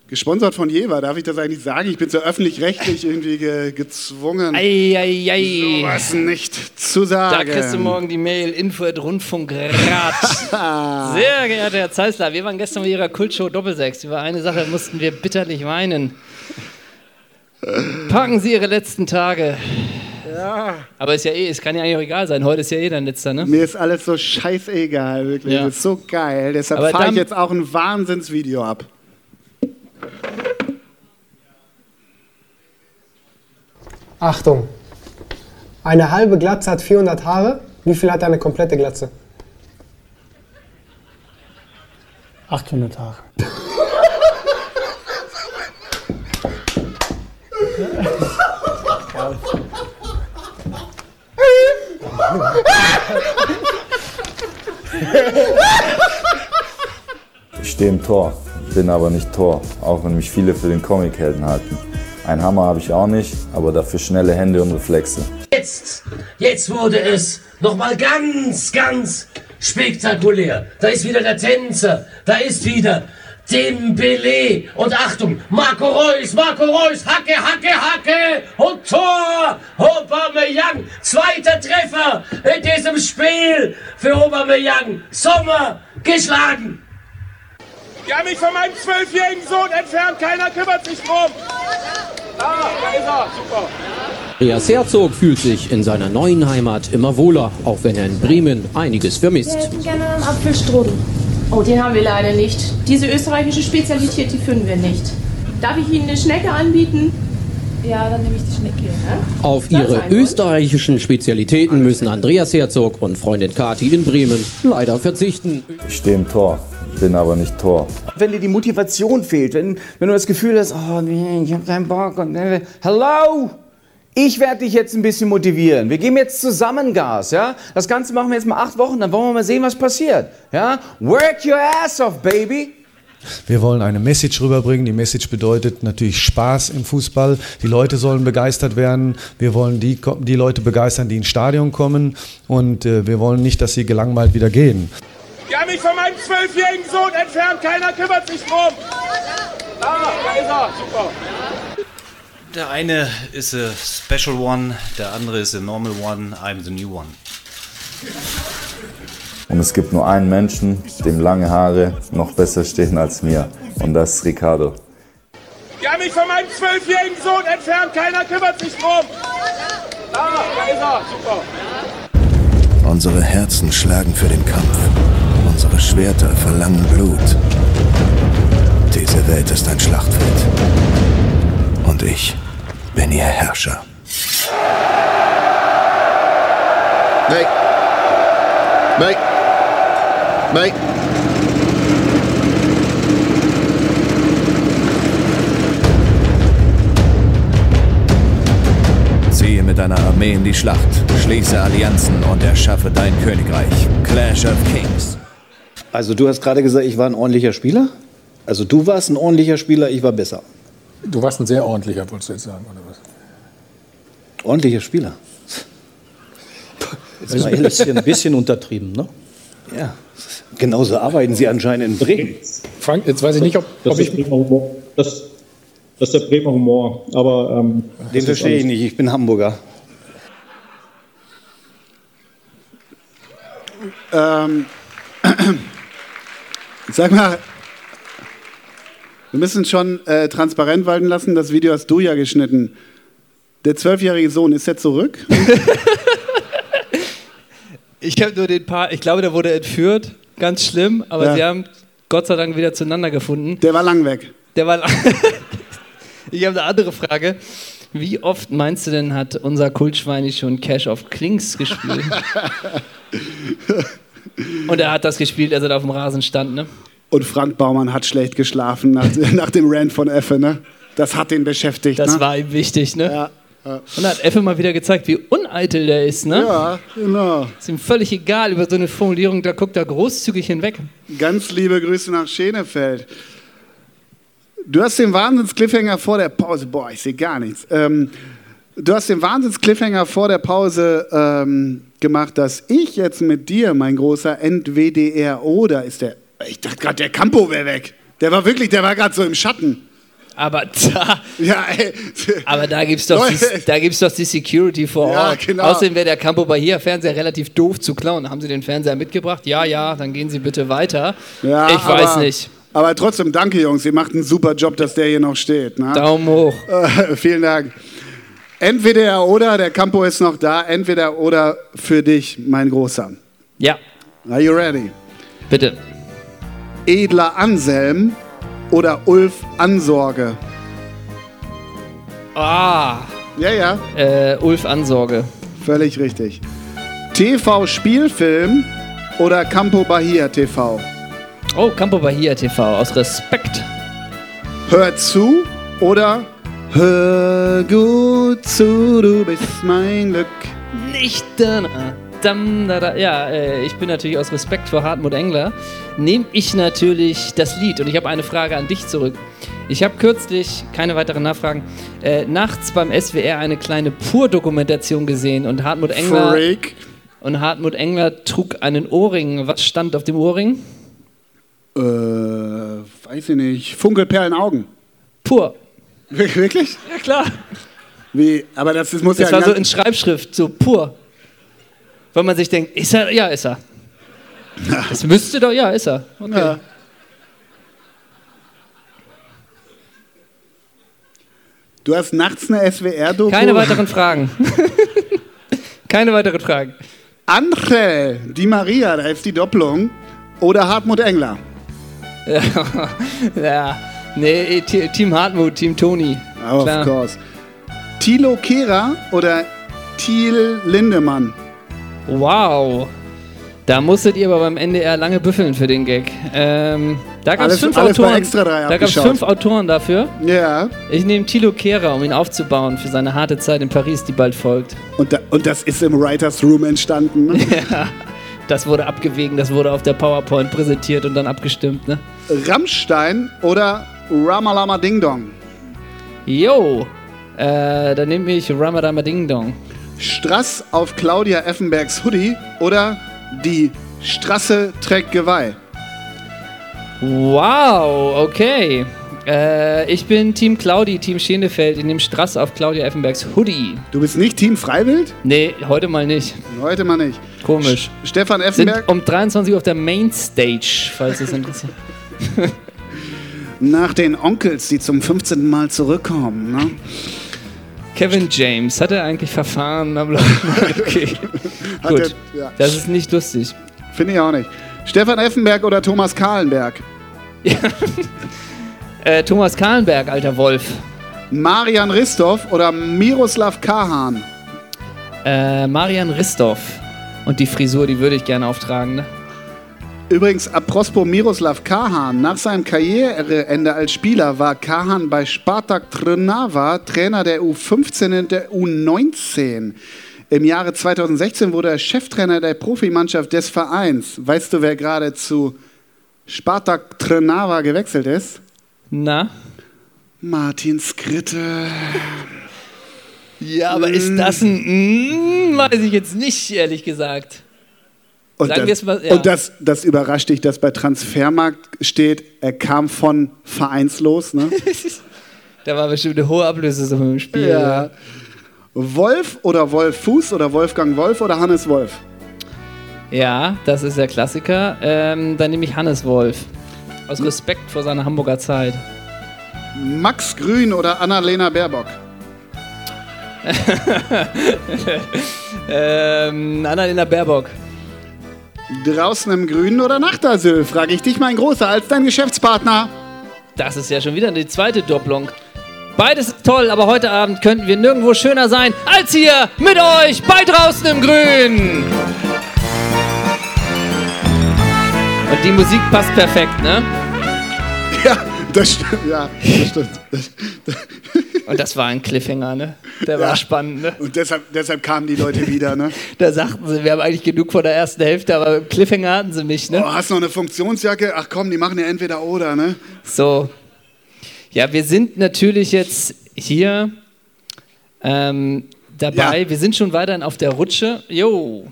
Gesponsert von Jever, darf ich das eigentlich sagen? Ich bin so öffentlich-rechtlich irgendwie ge gezwungen, Eieiei. was nicht zu sagen. Da kriegst du morgen die Mail, info at rundfunkrat. Sehr geehrter Herr Zeissler, wir waren gestern bei Ihrer Kultshow Doppelsechs. Über eine Sache mussten wir bitterlich weinen. Packen Sie Ihre letzten Tage. Ja. Aber ist ja eh, es kann ja eigentlich auch egal sein. Heute ist ja eh dein letzter, ne? Mir ist alles so scheißegal, wirklich. Ja. Das ist so geil. Deshalb Aber fahre ich dann- jetzt auch ein Wahnsinnsvideo ab. Achtung! Eine halbe Glatze hat 400 Haare. Wie viel hat eine komplette Glatze? 800 Haare. Ich stehe im Tor, bin aber nicht Tor, auch wenn mich viele für den Comichelden halten. Ein Hammer habe ich auch nicht, aber dafür schnelle Hände und Reflexe. Jetzt, jetzt wurde es nochmal ganz, ganz spektakulär. Da ist wieder der Tänzer, da ist wieder Dembele und Achtung, Marco Reus, Marco Reus, Hacke, Hacke, Hacke und Tor! Aubameyang, zweiter Treffer in diesem Spiel für Aubameyang. Sommer geschlagen. Die haben mich von meinem zwölfjährigen Sohn entfernt. Keiner kümmert sich drum. Ah, da ist er. Super. Andreas Herzog fühlt sich in seiner neuen Heimat immer wohler, auch wenn er in Bremen einiges vermisst. Gerne einen Apfelstrudel. Oh, den haben wir leider nicht. Diese österreichische Spezialität, die finden wir nicht. Darf ich Ihnen eine Schnecke anbieten? Ja, dann nehme ich die Schnecke. ne? Auf ihre österreichischen Spezialitäten müssen Andreas Herzog und Freundin Kati in Bremen leider verzichten. Ich stehe im Tor, bin aber nicht Tor, Wenn dir die Motivation fehlt, wenn, wenn du das Gefühl hast, oh nee, ich habe keinen Bock und äh, hello, ich werde dich jetzt ein bisschen motivieren. Wir geben jetzt zusammen Gas, ja? Das Ganze machen wir jetzt mal acht Wochen, dann wollen wir mal sehen, was passiert, ja? Work your ass off, baby. Wir wollen eine Message rüberbringen. Die Message bedeutet natürlich Spaß im Fußball. Die Leute sollen begeistert werden. Wir wollen die, ko- die Leute begeistern, die ins Stadion kommen. Und äh, wir wollen nicht, dass sie gelangweilt wieder gehen. Die haben mich von meinem zwölfjährigen Sohn entfernt. Keiner kümmert sich drum. Ah, da ist er. Super. Der eine ist a special one, der andere ist a normal one. I'm the new one. Und es gibt nur einen Menschen, dem lange Haare noch besser stehen als mir. Und das ist Ricardo. Die haben mich von meinem zwölfjährigen Sohn entfernt. Keiner kümmert sich drum. Ah, da ist er. Super. Unsere Herzen schlagen für den Kampf. Unsere Schwerter verlangen Blut. Diese Welt ist ein Schlachtfeld. Und ich bin ihr Herrscher. Mate. Mate. Mate. Ziehe mit einer Armee in die Schlacht, schließe Allianzen und erschaffe dein Königreich. Clash of Kings. Also du hast gerade gesagt, ich war ein ordentlicher Spieler? Also du warst ein ordentlicher Spieler, ich war besser. Du warst ein sehr ordentlicher, wolltest du jetzt sagen, oder was? Ordentlicher Spieler. Das ist ein bisschen, ein bisschen untertrieben, ne? Ja. Genauso arbeiten sie anscheinend in Bremen. Frank, jetzt weiß ich nicht, ob, ob ich Das ist der Bremer Humor, aber ähm, Den verstehe ich nicht, ich bin Hamburger. Ähm, sag mal, wir müssen schon äh, transparent walten lassen. Das Video hast du ja geschnitten. Der zwölfjährige Sohn ist jetzt zurück. Ich habe nur den Paar, ich glaube, der wurde entführt, ganz schlimm, aber Ja. sie haben Gott sei Dank wieder zueinander gefunden. Der war lang weg. Der war. ich habe eine andere Frage. Wie oft meinst du denn, hat unser Kultschweini schon Cash of Kings gespielt? Und er hat das gespielt, als er da auf dem Rasen stand, ne? Und Frank Baumann hat schlecht geschlafen nach, nach dem Rant von Effe, ne? Das hat ihn beschäftigt, Das ne? war ihm wichtig, ne? Und da hat Effe mal wieder gezeigt, wie uneitel der ist, ne? Ja, genau. Ist ihm völlig egal über so eine Formulierung, da guckt er großzügig hinweg. Ganz liebe Grüße nach Schenefeld. Du hast den Wahnsinns-Cliffhanger vor der Pause. Boah, ich sehe gar nichts. Ähm, du hast den Wahnsinns-Cliffhanger vor der Pause ähm, gemacht, dass ich jetzt mit dir, mein großer NWDRO, oh, da ist der. Ich dachte gerade, der Campo wäre weg. Der war wirklich, der war gerade so im Schatten. Aber da. Ja, ey. Aber da gibt's doch, die, Leute. da gibt's doch die Security vor Ja, Ort. genau. Außerdem wäre der Campo Bahia Fernseher relativ doof zu klauen. Haben Sie den Fernseher mitgebracht? Ja, ja, dann gehen Sie bitte weiter. Ja, ich aber- weiß nicht. Aber trotzdem, danke Jungs, ihr macht einen super Job, dass der hier noch steht. Ne? Daumen hoch. Äh, vielen Dank. Entweder oder, der Campo ist noch da, entweder oder für dich, mein Großer. Ja. Are you ready? Bitte. Edler Anselm oder Ulf Ansorge? Ah. Ja, ja. Äh, Ulf Ansorge. Völlig richtig. TV Spielfilm oder Campo Bahia TV? Oh, Campo Bahia TV, aus Respekt. Hör zu oder Hör gut zu, du bist mein Glück. Nicht danach. Dam, da, da. Ja, äh, ich bin natürlich aus Respekt vor Hartmut Engler, nehme ich natürlich das Lied. Und ich habe eine Frage an dich zurück. Ich habe kürzlich, keine weiteren Nachfragen, äh, nachts beim SWR eine kleine Pur-Dokumentation gesehen und Hartmut Engler. Freak. Und Hartmut Engler trug einen Ohrring. Was stand auf dem Ohrring? Äh, weiß ich nicht. Funkelperlenaugen. Pur. Wir- Wirklich? Ja, klar. Wie? Aber das, das muss Das ja war ein so in ganz- Schreibschrift, so pur. Weil man sich denkt, ist er? Ja, ist er. Das müsste doch, ja, ist er. Okay. Ja. Du hast nachts eine SWR-Doku. Keine weiteren Fragen. Keine weiteren Fragen. Angel, die Maria, da ist die Doppelung. Oder Hartmut Engler. Ja, ja. nee, eh, T- Team Hartmut, Team Toni. Of course. Tilo Kehrer oder Thiel Lindemann? Wow. Da musstet ihr aber beim NDR lange büffeln für den Gag. Ähm, da gab es Alles- fünf, alles bei Autoren- Extra drei da gab's abgeschaut. fünf Autoren dafür. Ja. Ich nehme Thilo Kehrer, um ihn aufzubauen für seine harte Zeit in Paris, die bald folgt. Und, da, und das ist im Writers Room entstanden. ne? Ja, das wurde abgewegen, das wurde auf der PowerPoint präsentiert und dann abgestimmt, ne? Rammstein oder Ramalama Ding Dong? Yo, äh, dann nehme ich Ramadama Ding Dong. Strass auf Claudia Effenbergs Hoodie oder die Strasse trägt Geweih? Wow, okay. Äh, ich bin Team Claudi, Team Schenefeld. Ich nehme Strass auf Claudia Effenbergs Hoodie. Du bist nicht Team Freiwild? Nee, heute mal nicht. Heute mal nicht. Komisch. Stefan Sind Effenberg? um 23 Uhr auf der Mainstage, falls es interessiert. Nach den Onkels, die zum 15. Mal zurückkommen. Ne? Kevin James, hat er eigentlich Verfahren am Laufen? Okay. Hat Gut. er- ja. Das ist nicht lustig. Finde ich auch nicht. Stefan Effenberg oder Thomas Kahlenberg? Äh, Thomas Kahlenberg, alter Wolf. Marian Ristow oder Miroslav Kahan? Äh, Marian Ristoff. Und die Frisur, die würde ich gerne auftragen, ne? Übrigens, apropos Miroslav Kahan, nach seinem Karriereende als Spieler war Kahan bei Spartak Trnava Trainer der U15 und der U19. Im Jahre 2016 wurde er Cheftrainer der Profimannschaft des Vereins. Weißt du, wer gerade zu Spartak Trnava gewechselt ist? Na? Martin Skritte. Ja, aber ist das ein. Mm, weiß ich jetzt nicht, ehrlich gesagt. Und, Sagen das, wir's mal- ja. und das, das überrascht dich, dass bei Transfermarkt steht, er kam von vereinslos. Ne? Da war bestimmt eine hohe Ablösesumme im Spiel. Ja. Wolf oder Wolf Fuß oder Wolfgang Wolf oder Hannes Wolf? ja, das ist der Klassiker. Ähm, dann nehme ich Hannes Wolf. Aus Respekt vor seiner Hamburger Zeit. Max Grün oder Annalena Baerbock? ähm, Annalena Baerbock. Draußen im Grünen oder Nachtasyl, frage ich dich, mein Großer, als dein Geschäftspartner. Das ist ja schon wieder die zweite Doppelung. Beides ist toll, aber heute Abend könnten wir nirgendwo schöner sein als hier mit euch bei draußen im Grün. Und die Musik passt perfekt, ne? Ja, das stimmt. Ja, das stimmt. Das, Und das war ein Cliffhanger, ne? Der war Ja. spannend, ne? Und deshalb, deshalb kamen die Leute wieder, ne? Da sagten sie, wir haben eigentlich genug von der ersten Hälfte, aber im Cliffhanger hatten sie mich, ne? Oh, hast du noch eine Funktionsjacke? Ach komm, die machen ja entweder oder, ne? So. Ja, wir sind natürlich jetzt hier ähm, dabei. Wir sind schon weiterhin auf der Rutsche. Jo.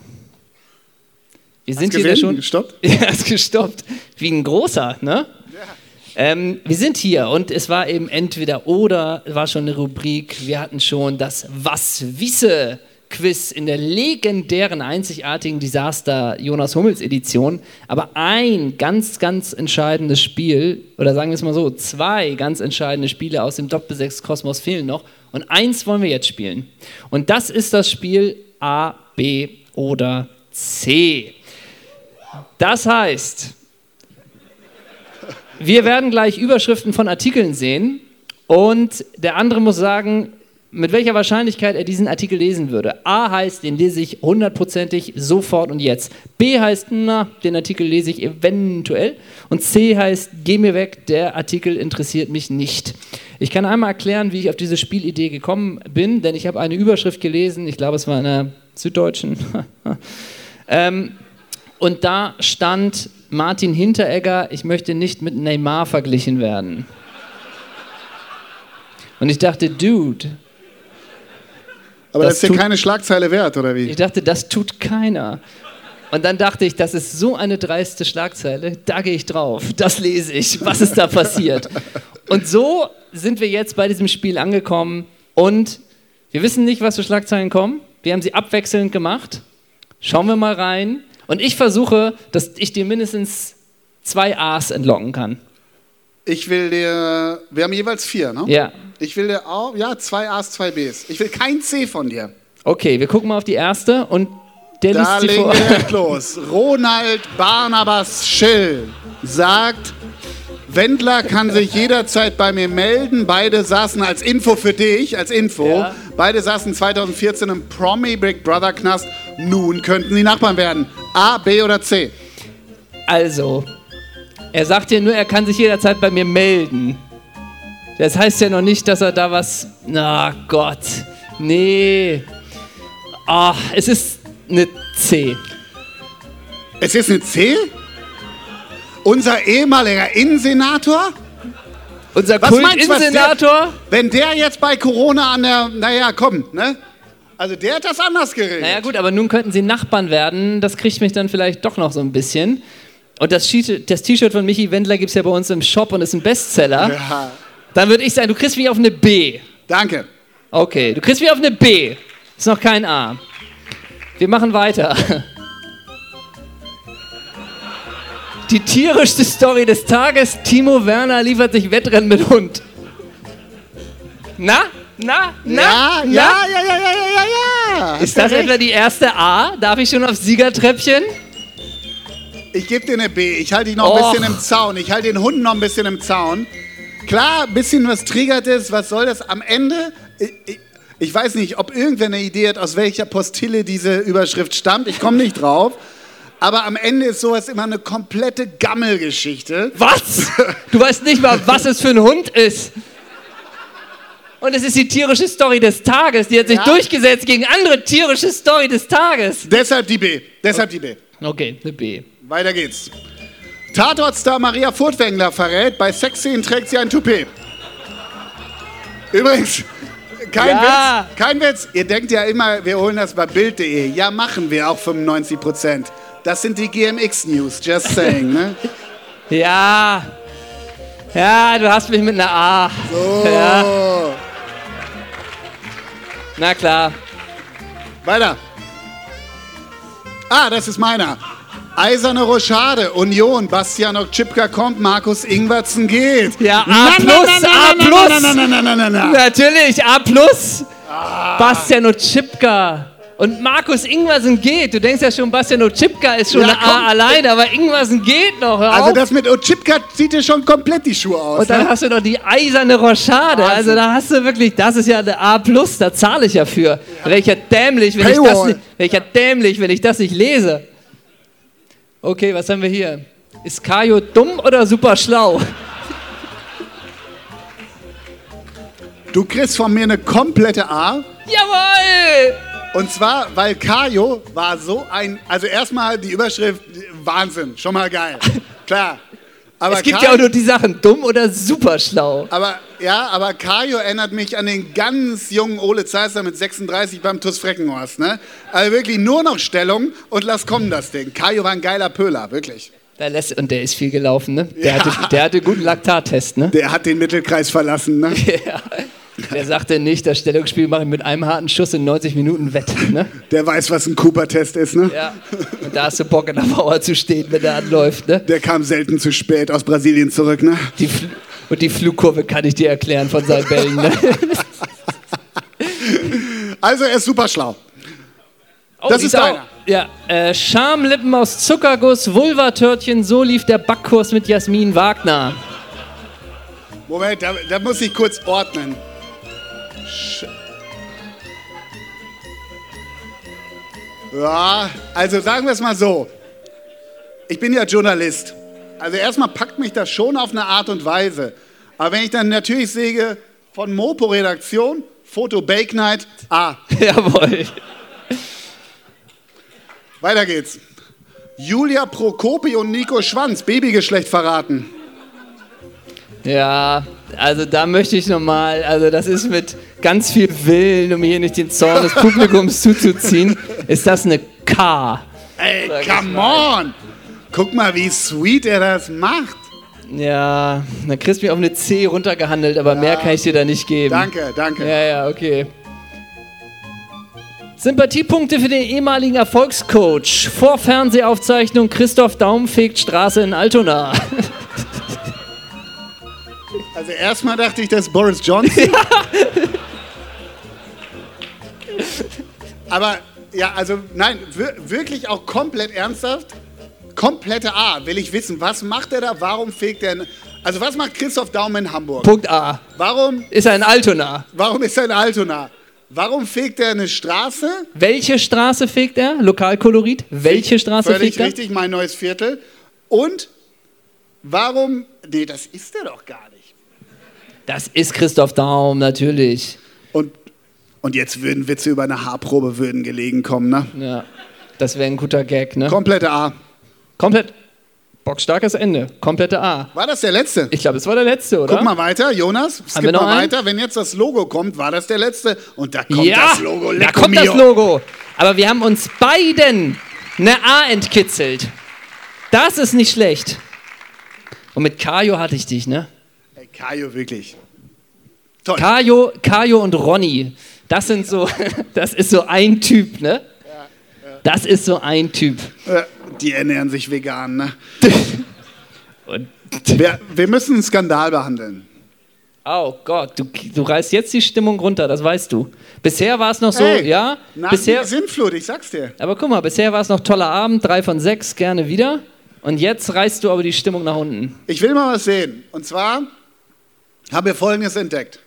Wir sind hier gesehen? schon. Gestoppt? Ja, ist gestoppt. Wie ein großer, ne? Ähm, wir sind hier und es war eben entweder oder, war schon eine Rubrik. Wir hatten schon das Was wisse Quiz in der legendären, einzigartigen Desaster Jonas Hummels Edition. Aber ein ganz, ganz entscheidendes Spiel, oder sagen wir es mal so, zwei ganz entscheidende Spiele aus dem Doppelsechs Kosmos fehlen noch. Und eins wollen wir jetzt spielen. Und das ist das Spiel A, B oder C. Das heißt, wir werden gleich Überschriften von Artikeln sehen und der andere muss sagen, mit welcher Wahrscheinlichkeit er diesen Artikel lesen würde. A heißt, den lese ich hundertprozentig sofort und jetzt. B heißt, na, den Artikel lese ich eventuell. Und C heißt, geh mir weg, der Artikel interessiert mich nicht. Ich kann einmal erklären, wie ich auf diese Spielidee gekommen bin, denn ich habe eine Überschrift gelesen, ich glaube, es war in der Süddeutschen. ähm, und da stand Martin Hinteregger, ich möchte nicht mit Neymar verglichen werden. Und ich dachte, Dude, Aber Das das, ist tut- dir keine Schlagzeile wert, oder wie? ich dachte, das tut keiner. Und dann dachte ich, das ist so eine dreiste Schlagzeile, da gehe ich drauf, das lese ich, was ist da passiert. Und so sind wir jetzt bei diesem Spiel angekommen und wir wissen nicht, was für Schlagzeilen kommen. Wir haben sie abwechselnd gemacht. Schauen wir mal rein. Und ich versuche, dass ich dir mindestens zwei A's entlocken kann. Ich will dir. Wir haben jeweils vier, ne? Ja. Ich will dir auch. Ja, zwei A's, zwei B's. Ich will kein C von dir. Okay, wir gucken mal auf die erste und der da liest sie legen vor. wir direkt los. Ronald Barnabas Schill sagt, Wendler kann sich jederzeit bei mir melden. Beide saßen als Info für dich, als Info. Ja. Beide saßen 2014 im Promi Big Brother Knast. Nun könnten sie Nachbarn werden. A, B oder C? Also, er sagt dir nur, er kann sich jederzeit bei mir melden. Das heißt ja noch nicht, dass er da was. Na Gott. Nee. Ah, es ist eine C. Es ist eine C? Unser ehemaliger Innensenator? Unser Was meinst du, was der- Kult-Insenator? Wenn der jetzt bei Corona an der. Naja, komm, ne? Also der hat das anders geregelt. Naja, gut, aber nun könnten sie Nachbarn werden. Das kriegt mich dann vielleicht doch noch so ein bisschen. Und das Schi- das T-Shirt von Michi Wendler gibt es ja bei uns im Shop und ist ein Bestseller. Ja. Dann würde ich sagen, du kriegst mich auf eine B. Danke. Okay, du kriegst mich auf eine B. Ist noch kein A. Wir machen weiter. Die tierischste Story des Tages: Timo Werner liefert sich Wettrennen mit Hund. Na? Na? Na? Ja, na? ja, ja, ja, ja, ja, ja, ja. Ist das etwa die erste A? Darf ich schon aufs Siegertreppchen? Ich gebe dir eine B. Ich halte dich noch Och. ein bisschen im Zaun. Ich halte den Hund noch ein bisschen im Zaun. Klar, ein bisschen was triggert es. Was soll das? Am Ende. Ich, ich, ich weiß nicht, ob irgendwer eine Idee hat, aus welcher Postille diese Überschrift stammt. Ich komme nicht drauf. Aber am Ende ist sowas immer eine komplette Gammelgeschichte. Was? Du weißt nicht mal, was es für ein Hund ist. Und es ist die tierische Story des Tages. Die hat sich Ja. durchgesetzt gegen andere tierische Story des Tages. Deshalb die B. Deshalb die B. Okay, eine B. Weiter geht's. Tatortstar Maria Furtwängler verrät, bei Sexszenen trägt sie ein Toupet. Übrigens, kein Ja. Witz, kein Witz. Ihr denkt ja immer, wir holen das bei Bild.de. Ja, machen wir auch 95 Prozent. Das sind die GMX-News, just saying, ne? Ja. Ja, du hast mich mit einer A. So. Ja, na klar. Weiter. Ah, das ist meiner. Eiserne Rochade, Union, Bastian Okchipka kommt, Markus Ingwertsen geht. Ja, A Na, na, plus, na, A na, na, plus. Na, na, na, na, na, na, na. Ah. Natürlich, A plus. Bastian und Chipka. Und Markus Ingwersen geht. Du denkst ja schon, Bastian Otschipka ist schon Ja, eine A komm. allein, aber Ingwersen geht noch. Hör Also auf. das mit Otschipka zieht dir schon komplett die Schuhe aus. Und dann ne? hast du noch die eiserne Rochade. Also da hast du wirklich, das ist ja eine A+, da zahle ich ja für. Welcher dämlich, wenn ich das Paywall. nicht, welcher dämlich, wenn ich das nicht lese. Okay, was haben wir hier? Ist Kajo dumm oder super schlau? ne? Du kriegst von mir eine komplette A. Jawoll! Und zwar, weil Kajo war so ein. Also, erstmal die Überschrift Wahnsinn, schon mal geil. Klar. Aber es gibt Kajo- ja auch nur die Sachen dumm oder super schlau. Aber, ja, aber Kajo erinnert mich an den ganz jungen Ole Zeisser mit 36 beim TuS Freckenhorst. Ne? Also wirklich nur noch Stellung und lass kommen das Ding. Kajo war ein geiler Pöhler, wirklich. Da lässt, und der ist viel gelaufen, ne? Der, hatte, der hatte guten Laktattest, ne? Der hat den Mittelkreis verlassen, ne? ja. Der sagte nicht, das Stellungsspiel mache ich mit einem harten Schuss in 90 Minuten wett, ne? Der weiß, was ein Cooper-Test ist, ne? Ja. Und da hast du Bock, in der Mauer zu stehen, wenn der anläuft, ne? Der kam selten zu spät aus Brasilien zurück, ne? Die Fl und die Flugkurve kann ich dir erklären von seinen Bällen, ne? Also, er ist super schlau. Oh, Das die ist Sau. deiner. Ja, äh, Schamlippen aus Zuckerguss, Vulvatörtchen, so lief der Backkurs mit Jasmin Wagner. Moment, da, da muss ich kurz ordnen. Sch ja, also sagen wir es mal so. Ich bin ja Journalist. Also erstmal packt mich das schon auf eine Art und Weise. Aber wenn ich dann natürlich sehe, von Mopo Redaktion, Foto Bake Night, ah, Jawohl. weiter geht's. Julia Prokopi und Nico Schwanz, Babygeschlecht verraten. Ja, also da möchte ich nochmal, also das ist mit ganz viel Willen, um hier nicht den Zorn des Publikums zuzuziehen, ist das eine K. Ey, Sag ich come on! Guck mal, wie sweet er das macht. Ja, dann kriegst du mich auf eine C runtergehandelt, aber mehr kann ich dir da nicht geben. Danke, danke. Ja, ja, okay. Sympathiepunkte für den ehemaligen Erfolgscoach. Vor Fernsehaufzeichnung Christoph Daum fegt Straße in Altona. Also erstmal dachte ich, das ist Boris Johnson. Aber ja, also nein, wir, wirklich auch komplett ernsthaft. Komplette A. Will ich wissen, was macht er da? Warum fegt er? in- Also was macht Christoph Daum in Hamburg? Punkt A. Warum, Ist er in Altona? warum ist er in Altona? Warum fegt er eine Straße? Welche Straße fegt er? Lokalkolorit? Welche Straße Völlig fegt er? richtig, mein neues Viertel. Und warum? Nee, das ist er doch gar nicht. Das ist Christoph Daum, natürlich. Und, und jetzt würden Witze über eine Haarprobe würden gelegen kommen, ne? Ja, das wäre ein guter Gag, ne? Komplette A. Komplett. Bockstarkes Ende. Komplette A. War das der letzte? Ich glaube, es war der letzte, oder? Guck mal weiter, Jonas. Haben wir Skip noch mal einen? weiter. Wenn jetzt das Logo kommt, war das der letzte. Und da kommt ja, das Logo. da Lecco kommt das mio. Logo. Aber wir haben uns beiden eine A entkitzelt. Das ist nicht schlecht. Und mit Kajo hatte ich dich, ne? Ey, Kajo, wirklich. Kajo, Kajo und Ronny. Das sind so, das ist so ein Typ, ne? Das ist so ein Typ. Äh, Die ernähren sich vegan, ne? Und- wir, wir müssen einen Skandal behandeln. Oh Gott, du, du reißt jetzt die Stimmung runter, das weißt du. Bisher war es noch so, Hey, ja? Nach Bisher, der Sinnflut, ich sag's dir. aber guck mal, bisher war es noch toller Abend, drei von sechs, gerne wieder. Und jetzt reißt du aber die Stimmung nach unten. Ich will mal was sehen. Und zwar haben wir Folgendes entdeckt.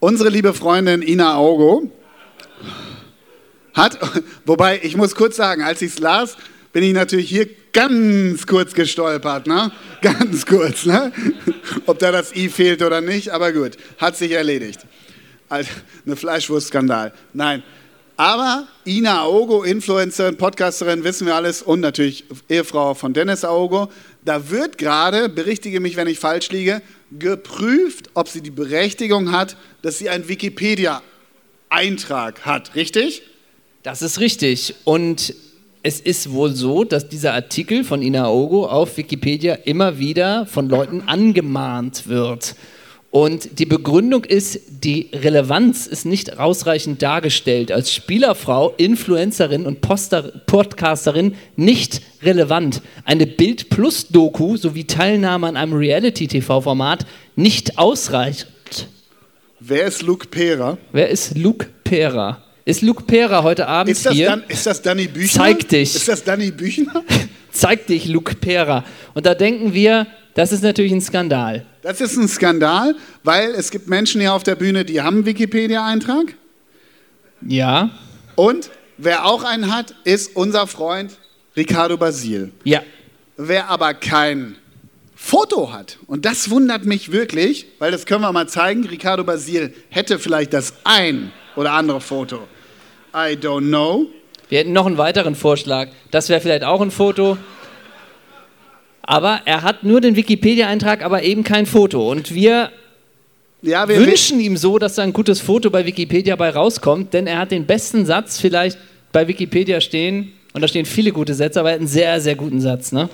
Unsere liebe Freundin Ina Augo hat, wobei ich muss kurz sagen, als ich es las, bin ich natürlich hier ganz kurz gestolpert, ne? Ganz kurz, ne? Ob da das I fehlt oder nicht, aber gut, hat sich erledigt. Also, eine Fleischwurstskandal. Nein. Aber Ina Aogo, Influencerin, Podcasterin, wissen wir alles und natürlich Ehefrau von Dennis Aogo. Da wird gerade, berichtige mich, wenn ich falsch liege, geprüft, ob sie die Berechtigung hat, dass sie einen Wikipedia-Eintrag hat, richtig? Das ist richtig. Und es ist wohl so, dass dieser Artikel von Inaogo auf Wikipedia immer wieder von Leuten angemahnt wird. Und die Begründung ist, die Relevanz ist nicht ausreichend dargestellt. Als Spielerfrau, Influencerin und Poster Podcasterin nicht relevant. Eine Bild-Plus-Doku sowie Teilnahme an einem Reality-TV-Format nicht ausreichend. Wer ist Luke Pera? Wer ist Luke Pera? Ist Luke Pera heute Abend Ist das, hier? Dan, ist das Danny Büchner? Zeig dich. Ist das Danny Büchner? Zeig dich, Luke Pera. Und da denken wir, das ist natürlich ein Skandal. Das ist ein Skandal, weil es gibt Menschen hier auf der Bühne, die haben einen Wikipedia-Eintrag. Ja. Und wer auch einen hat, ist unser Freund Ricardo Basil. Ja. Wer aber kein Foto hat, und das wundert mich wirklich, weil das können wir mal zeigen, Ricardo Basil hätte vielleicht das ein oder andere Foto. I don't know. Wir hätten noch einen weiteren Vorschlag. Das wäre vielleicht auch ein Foto. Aber er hat nur den Wikipedia-Eintrag, aber eben kein Foto. Und wir, wir- wünschen ihm so, dass da ein gutes Foto bei Wikipedia bei rauskommt, denn er hat den besten Satz vielleicht bei Wikipedia stehen. Und da stehen viele gute Sätze, aber er hat einen sehr, sehr guten Satz. Ne?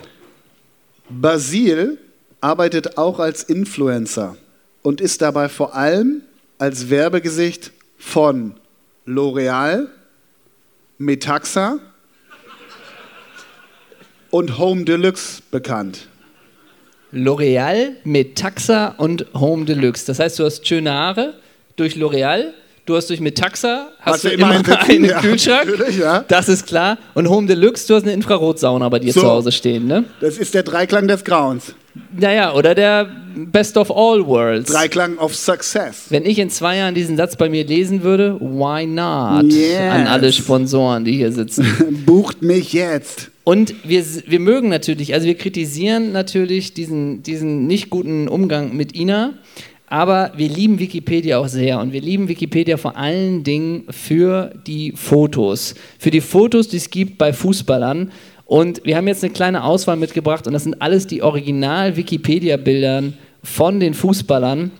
Basil arbeitet auch als Influencer und ist dabei vor allem als Werbegesicht von L'Oreal, Metaxa und Home Deluxe bekannt. L'Oreal, Metaxa und Home Deluxe. Das heißt, du hast schöne Haare durch L'Oreal, du hast durch Metaxa, hast, du immer einen, Ja, Kühlschrank. natürlich, ja. Das ist klar. Und Home Deluxe, du hast eine Infrarotsauna bei dir So. zu Hause stehen, ne? Das ist der Dreiklang des Grauens. Naja, oder der Best of All Worlds. Dreiklang of Success. Wenn ich in zwei Jahren diesen Satz bei mir lesen würde, why not? Yes. An alle Sponsoren, die hier sitzen. Bucht mich jetzt. Und wir, s- wir mögen natürlich, also wir kritisieren natürlich diesen, diesen nicht guten Umgang mit Ina, aber wir lieben Wikipedia auch sehr und wir lieben Wikipedia vor allen Dingen für die Fotos. Für die Fotos, die es gibt bei Fußballern. Und wir haben jetzt eine kleine Auswahl mitgebracht und das sind alles die Original-Wikipedia-Bildern von den Fußballern.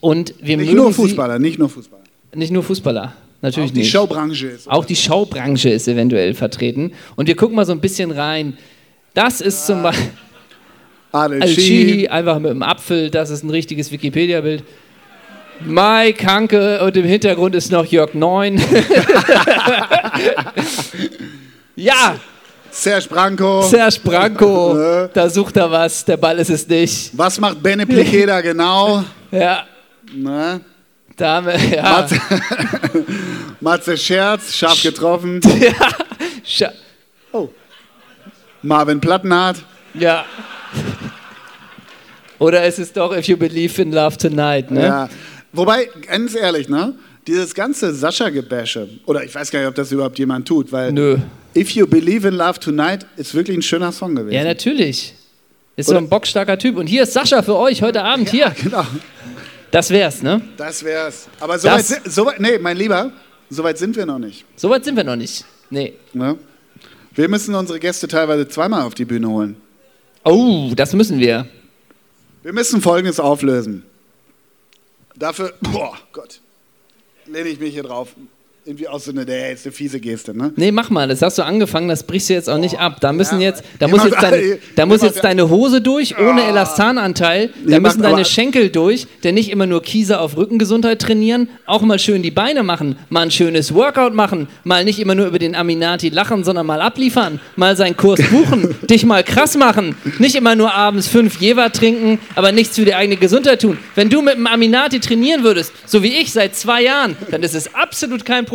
Und wir Nicht mögen nur sie- Fußballer, nicht nur Fußballer. nicht nur Fußballer, natürlich Auch die nicht. Showbranche ist- Auch die Showbranche ist eventuell vertreten. Und wir gucken mal so ein bisschen rein. Das ist zum Beispiel Adel Al-Shihi, einfach mit dem Apfel, das ist ein richtiges Wikipedia-Bild. Mike Hanke und im Hintergrund ist noch Jörg Neun. ja, Serge Branko. Serge Branko, da sucht er was, der Ball ist es nicht. Was macht Bene Plicheda genau? Ja, Ne? da haben wir, ja. Matze Scherz, scharf getroffen. Scha- Marvin Plattenhardt. Ja. Oder es ist doch If You Believe in Love Tonight, ne? Ja. Wobei, ganz ehrlich, ne? Dieses ganze Sascha-Gebäsche, oder ich weiß gar nicht, ob das überhaupt jemand tut, weil Nö. If You Believe in Love Tonight ist wirklich ein schöner Song gewesen. Ja, natürlich. Ist so Oder- ein bockstarker Typ. Und hier ist Sascha für euch heute Abend hier. Genau. Das wär's, ne? Das wär's. Aber soweit, Das- si- soweit, nee, mein Lieber, soweit sind wir noch nicht. Soweit sind wir noch nicht. Nee. Ne? Wir müssen unsere Gäste teilweise zweimal auf die Bühne holen. Oh, das müssen wir. Wir müssen Folgendes auflösen. Dafür, boah, Gott, lehne ich mich hier drauf. Irgendwie aus so einer, der ist eine fiese Geste, ne? Nee, mach mal, das hast du angefangen, das brichst du jetzt auch nicht ab. Da müssen Oh. ja, jetzt, da ihr muss macht jetzt deine, alle- da ihr muss macht jetzt ja- deine Hose durch, ohne Elastananteil. Da Ihr macht müssen deine aber- Schenkel durch, denn nicht immer nur Kieser auf Rückengesundheit trainieren, auch mal schön die Beine machen, mal ein schönes Workout machen, mal nicht immer nur über den Aminati lachen, sondern mal abliefern, mal seinen Kurs buchen, dich mal krass machen, nicht immer nur abends fünf Jever trinken, aber nichts für die eigene Gesundheit tun. Wenn du mit dem Aminati trainieren würdest, so wie ich seit zwei Jahren, dann ist es absolut kein Problem,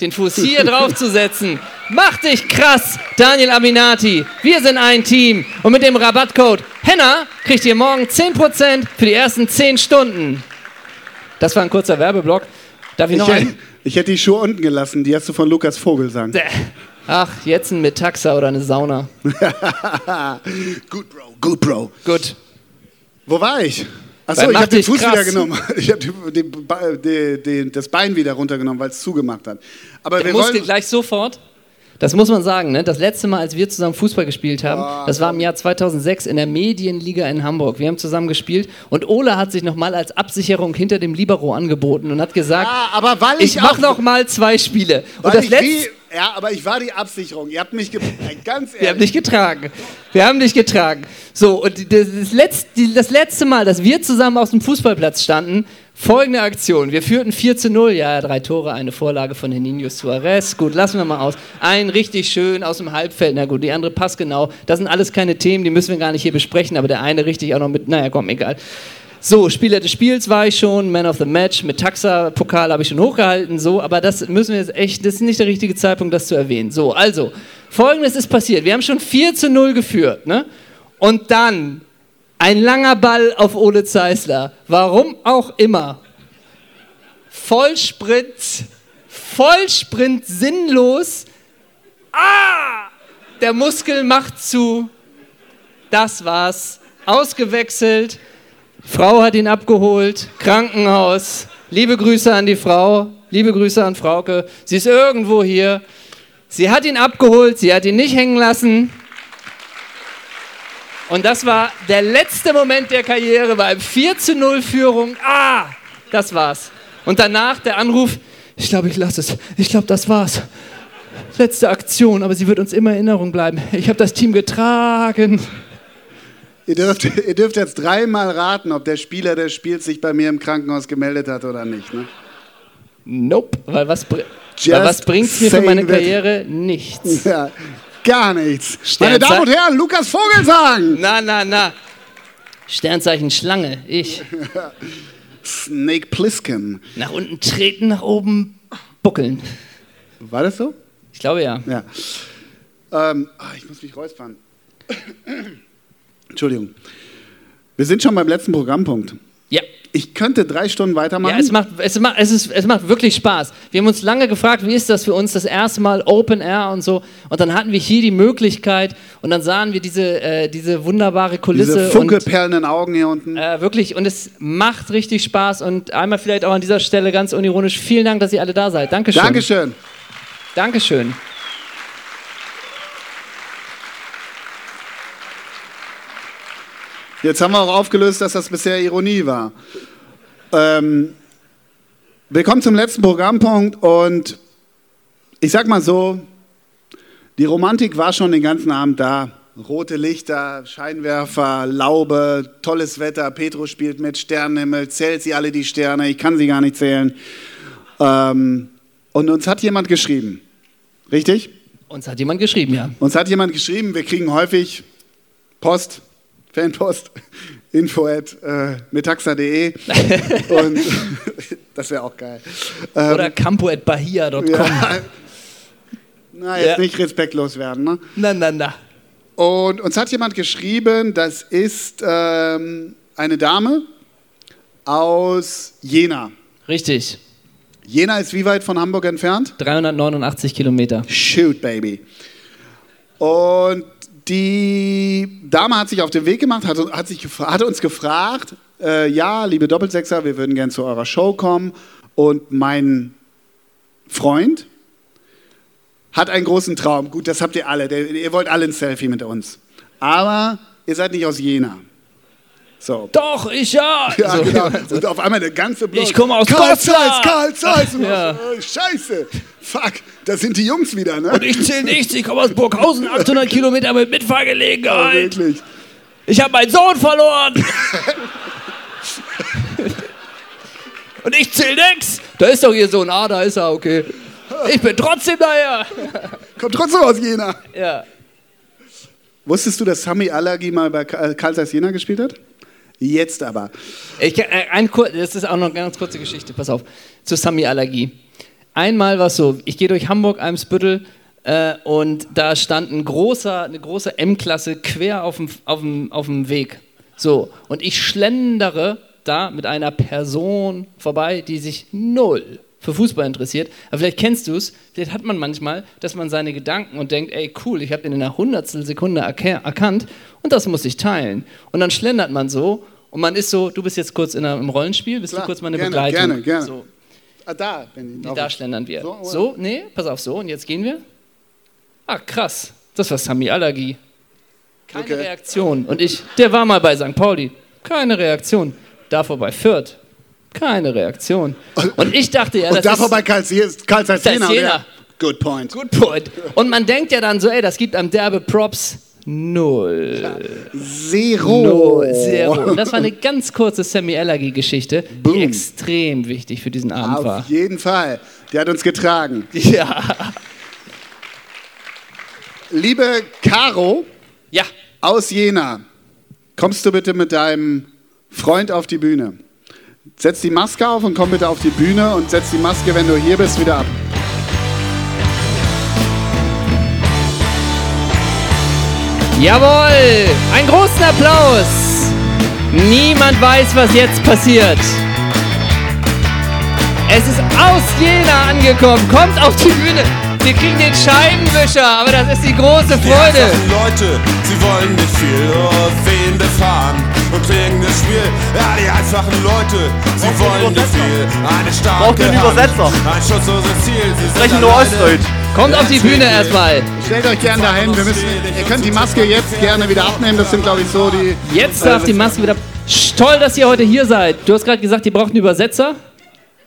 den Fuß hier draufzusetzen. Mach dich krass, Daniel Aminati. Wir sind ein Team und mit dem Rabattcode Henna kriegt ihr morgen 10% für die ersten 10 Stunden. Das war ein kurzer Werbeblock. Darf ich Ich, noch hätte- einen? ich hätte die Schuhe unten gelassen, die hast du von Lukas Vogelsang. Ach, jetzt ein Metaxa oder eine Sauna. Good Bro, good Bro. Gut. Wo war ich? Achso, Dann ich mach habe den dich Fuß krass. wieder genommen. Ich habe die, Be- die, die, das Bein wieder runtergenommen, weil es zugemacht hat. Aber Der wir Muskel wollen. gleich sofort. Das muss man sagen, ne? Das letzte Mal, als wir zusammen Fußball gespielt haben, Ah, das war im Jahr 2006 in der Medienliga in Hamburg. Wir haben zusammen gespielt und Ole hat sich nochmal als Absicherung hinter dem Libero angeboten und hat gesagt, Ja, aber weil Ah, ich, ich mach auch, noch mal zwei Spiele. Und weil das ich letzte, wie, ja, aber ich war die Absicherung. Ihr habt mich ge Ey, ganz wir haben dich ehrlich. getragen. Wir haben dich getragen. So, und das, das, letzte, die- das letzte Mal, dass wir zusammen auf dem Fußballplatz standen, folgende Aktion. Wir führten 4 zu 0, ja, drei Tore, eine Vorlage von Heninius Suarez. Gut, lassen wir mal aus. Ein richtig schön aus dem Halbfeld, na gut, die andere passt genau. Das sind alles keine Themen, die müssen wir gar nicht hier besprechen, aber der eine richtig auch noch mit, naja, komm, egal. So, Spieler des Spiels war ich schon, Man of the Match, mit Taxa-Pokal habe ich schon hochgehalten, so, aber das müssen wir jetzt echt, das ist nicht der richtige Zeitpunkt, das zu erwähnen. So, also, folgendes ist passiert. Wir haben schon 4 zu 0 geführt, ne? Und dann ein langer Ball auf Ole Zeisler. Warum auch immer. Vollsprint, Vollsprint sinnlos. Ah! Der Muskel macht zu. Das war's. Ausgewechselt. Frau hat ihn abgeholt. Krankenhaus. Liebe Grüße an die Frau. Liebe Grüße an Frauke. Sie ist irgendwo hier. Sie hat ihn abgeholt. Sie hat ihn nicht hängen lassen. Und das war der letzte Moment der Karriere bei einem 4 zu 0 Führung. Ah, das war's. Und danach der Anruf, ich glaube, ich lasse es. Ich glaube, das war's. Letzte Aktion, aber sie wird uns immer in Erinnerung bleiben. Ich habe das Team getragen. Ihr dürft, ihr dürft jetzt dreimal raten, ob der Spieler des Spiels sich bei mir im Krankenhaus gemeldet hat oder nicht. Ne? Nope, weil was, br Just weil was bringt's mir für saying meine that. Karriere? Nichts. Ja, gar nichts. Sternzei- Meine Damen und Herren, Lukas Vogelsang! Na, na, na. Sternzeichen Schlange, ich. Snake Plissken. Nach unten treten, nach oben buckeln. War das so? Ich glaube ja. Ja. Ähm, ah, ich muss mich räuspern. Entschuldigung. Wir sind schon beim letzten Programmpunkt. Ja. Ich könnte drei Stunden weitermachen. Ja, es macht, es, macht, es, ist, es macht wirklich Spaß. Wir haben uns lange gefragt, wie ist das für uns, das erste Mal Open Air und so. Und dann hatten wir hier die Möglichkeit und dann sahen wir diese, äh, diese wunderbare Kulisse. Diese funkelperlenden Augen hier unten. Und, äh, wirklich, und es macht richtig Spaß. Und einmal vielleicht auch an dieser Stelle ganz unironisch, vielen Dank, dass ihr alle da seid. Dankeschön. Dankeschön. Dankeschön. Jetzt haben wir auch aufgelöst, dass das bisher Ironie war. Ähm, wir kommen zum letzten Programmpunkt und ich sag mal so, die Romantik war schon den ganzen Abend da. Rote Lichter, Scheinwerfer, Laube, tolles Wetter, Petro spielt mit, Sternenhimmel, zählt sie alle die Sterne, ich kann sie gar nicht zählen. Ähm, und uns hat jemand geschrieben, richtig? Uns hat jemand geschrieben, ja. Uns hat jemand geschrieben, wir kriegen häufig Post, Fanpost, info at äh, metaxa.de. Und das wäre auch geil. Ähm, Oder campo.bahia.com. Ja. Na, jetzt Ja. nicht respektlos werden, ne? Na, na, na. Und uns hat jemand geschrieben, das ist ähm, eine Dame aus Jena. Richtig. Jena ist wie weit von Hamburg entfernt? 389 Kilometer. Shoot, Baby. Und die Dame hat sich auf den Weg gemacht, hat, hat, sich gefra- hat uns gefragt, äh, ja, liebe Doppelsechser, wir würden gern zu eurer Show kommen. Und mein Freund hat einen großen Traum. Gut, das habt ihr alle. Der, ihr wollt alle ein Selfie mit uns. Aber ihr seid nicht aus Jena. So. Doch, ich ja. Ja, So. genau. Und auf einmal der ganze Block. Ich komme aus Karl Gotha. Zeiss, Karl Zeiss. Und Ja. so, äh, Scheiße. Fuck, da sind die Jungs wieder, ne? Und ich zähle nichts, ich komme aus Burghausen, 800 Kilometer mit Ja, Mitfahrgelegenheit. wirklich. Ich habe meinen Sohn verloren. Und ich zähle nix. Da ist doch ihr Sohn. Ah, da ist er, okay. Ich bin trotzdem daher. Kommt trotzdem aus Jena. Ja. Wusstest du, dass Sami Alagi mal bei Ka- äh, Karl Zeiss Jena gespielt hat? Jetzt aber. Ich, äh, ein, kur- das ist auch noch eine ganz kurze Geschichte, pass auf. Zur Sami-Allergie. Einmal war es so, ich gehe durch Hamburg-Eimsbüttel äh, und da stand ein großer, eine große M-Klasse quer auf dem, auf, dem, auf dem Weg. So, und ich schlendere da mit einer Person vorbei, die sich null für Fußball interessiert. Aber vielleicht kennst du es, vielleicht hat man manchmal, dass man seine Gedanken und denkt, ey cool, ich habe den in einer Hundertstel Sekunde erke- erkannt und das muss ich teilen. Und dann schlendert man so und man ist so, du bist jetzt kurz in einer, im Rollenspiel, bist Klar, du kurz meine gerne, Begleitung. gerne, gerne. So, Ah, da, Benny. nee, da schlendern wir. So, So, oder? nee, pass auf, so und jetzt gehen wir. Ah, krass, das war Sami Allergie. Keine Reaktion. Und ich, der war mal bei St. Pauli. Keine Reaktion. Davor bei Fürth. Keine Reaktion. Und ich dachte ja, Also das Und da ist- vorbei Karl Zeiss Karl Zeiss Das ist Jena. Jena. oder? Good point. Good point. Und man denkt ja dann so, ey, das gibt einem derbe Props. Null. Zero. Null. Zero. Und das war eine ganz kurze Sammy Allergy-Geschichte, die extrem wichtig für diesen Abend war. Auf jeden Fall. Die hat uns getragen. Ja. Liebe Caro Ja. aus Jena, kommst du bitte mit deinem Freund auf die Bühne. Setz die Maske auf und komm bitte auf die Bühne und setz die Maske, wenn du hier bist, wieder ab. Jawohl! Einen großen Applaus! Niemand weiß, was jetzt passiert. Es ist aus Jena angekommen. Kommt auf die Bühne. Wir kriegen den Scheibenwischer, aber das ist die große Freude. Die Leute, sie wollen nicht viel, nur wen befahren und kriegen das Spiel. Ja, die einfachen Leute, sie wollen nicht viel. Eine starke Braucht ihr einen Übersetzer? Hand, ein schutzloses Ziel. Sie Sprechen sind nur alleine. Ostdeutsch. Kommt auf die Bühne erstmal. Stellt euch gern dahin. Wir müssen, ihr könnt die Maske jetzt gerne wieder abnehmen. Das sind, glaube ich, so die. Jetzt darf die Maske wieder. Sch, Toll, dass ihr heute hier seid. Du hast gerade gesagt, ihr braucht einen Übersetzer.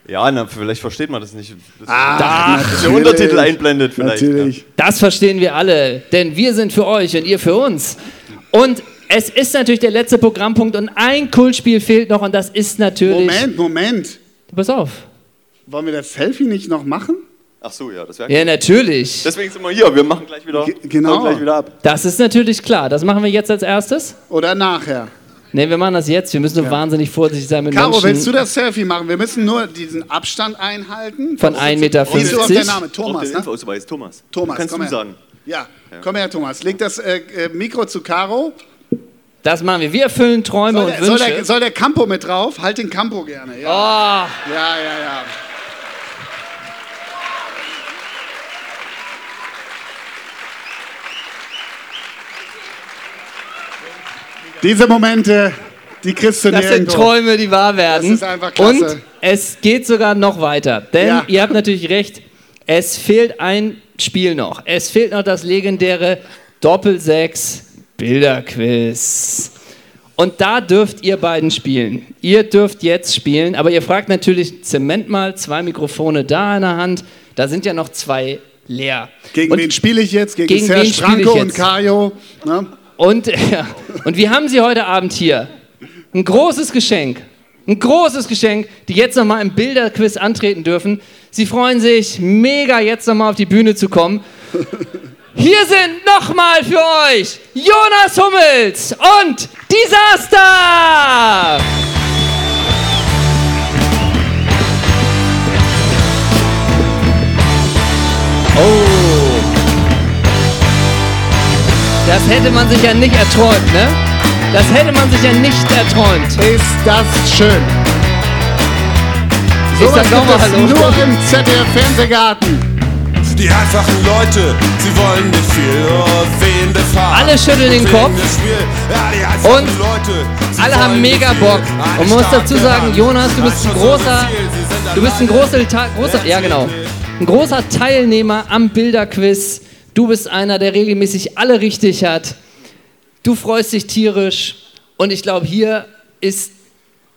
Ja, na, vielleicht versteht man das nicht. Das Ah, dass der natürlich. Untertitel einblendet vielleicht. Natürlich. Das verstehen wir alle, denn wir sind für euch und ihr für uns. Und es ist natürlich der letzte Programmpunkt und ein Kultspiel fehlt noch und das ist natürlich. Moment, Moment. Pass auf. Wollen wir das Selfie nicht noch machen? Ach so, ja, das wäre Ja, natürlich. Deswegen sind wir hier. Wir machen gleich wieder, genau. hauen gleich wieder ab. Das ist natürlich klar. Das machen wir jetzt als erstes. Oder nachher. Ne, wir machen das jetzt. Wir müssen nur wahnsinnig vorsichtig sein mit Caro, Menschen. willst du das Selfie machen? Wir müssen nur diesen Abstand einhalten. Von Das ist- 1,50 Meter. Wie ist überhaupt der Name? Auf Thomas, den ne? Impfausweis, Thomas. Thomas, Kannst komm du her. sagen. Ja, komm her, Thomas. Leg das äh, äh, Mikro zu Caro. Das machen wir. Wir erfüllen Träume Soll der, und soll, Wünsche. der, soll der Campo mit drauf? Halt den Campo gerne. Ja, ja, ja, ja. Diese Momente, die kriegst du das sind nirgendwo. Träume, die wahr werden. Das ist einfach klasse. Und es geht sogar noch weiter. Denn Ja. ihr habt natürlich recht, es fehlt ein Spiel noch. Es fehlt noch das legendäre Doppelsechs-Bilderquiz. Und da dürft ihr beiden spielen. Ihr dürft jetzt spielen, aber ihr fragt natürlich Zement mal, zwei Mikrofone da in der Hand. Da sind ja noch zwei leer. Gegen Und wen spiele ich jetzt? Gegen, gegen Serge wen spiele ich Franco und jetzt? Kajo. Ne? Und, ja, und wir haben sie heute Abend hier. Ein großes Geschenk. Ein großes Geschenk, die jetzt nochmal im Bilderquiz antreten dürfen. Sie freuen sich mega, jetzt nochmal auf die Bühne zu kommen. Hier sind nochmal für euch Jonas Hummels und Disaster! Oh. Das hätte man sich ja nicht erträumt, ne? Das hätte man sich ja nicht erträumt. Ist das schön. Ich sag Sowas doch gibt mal es Hallo. nur im ZDF-Fernsehgarten. Die einfachen Leute, sie wollen nicht viel, nur wen befahren. Alle schütteln den und Kopf. kriegen das Spiel. Ja, die einfachen Und Leute, sie alle haben wollen nicht mega viel. Bock. Eine Und man muss dazu starke sagen, Hand, Jonas, du ein bist ein schutzloses großer, Ziel. Sie sind du bist ein alleine. großer, Ta- großer, ja genau, ein großer Teilnehmer am Bilderquiz. Du bist einer, der regelmäßig alle richtig hat. Du freust dich tierisch und ich glaube, hier ist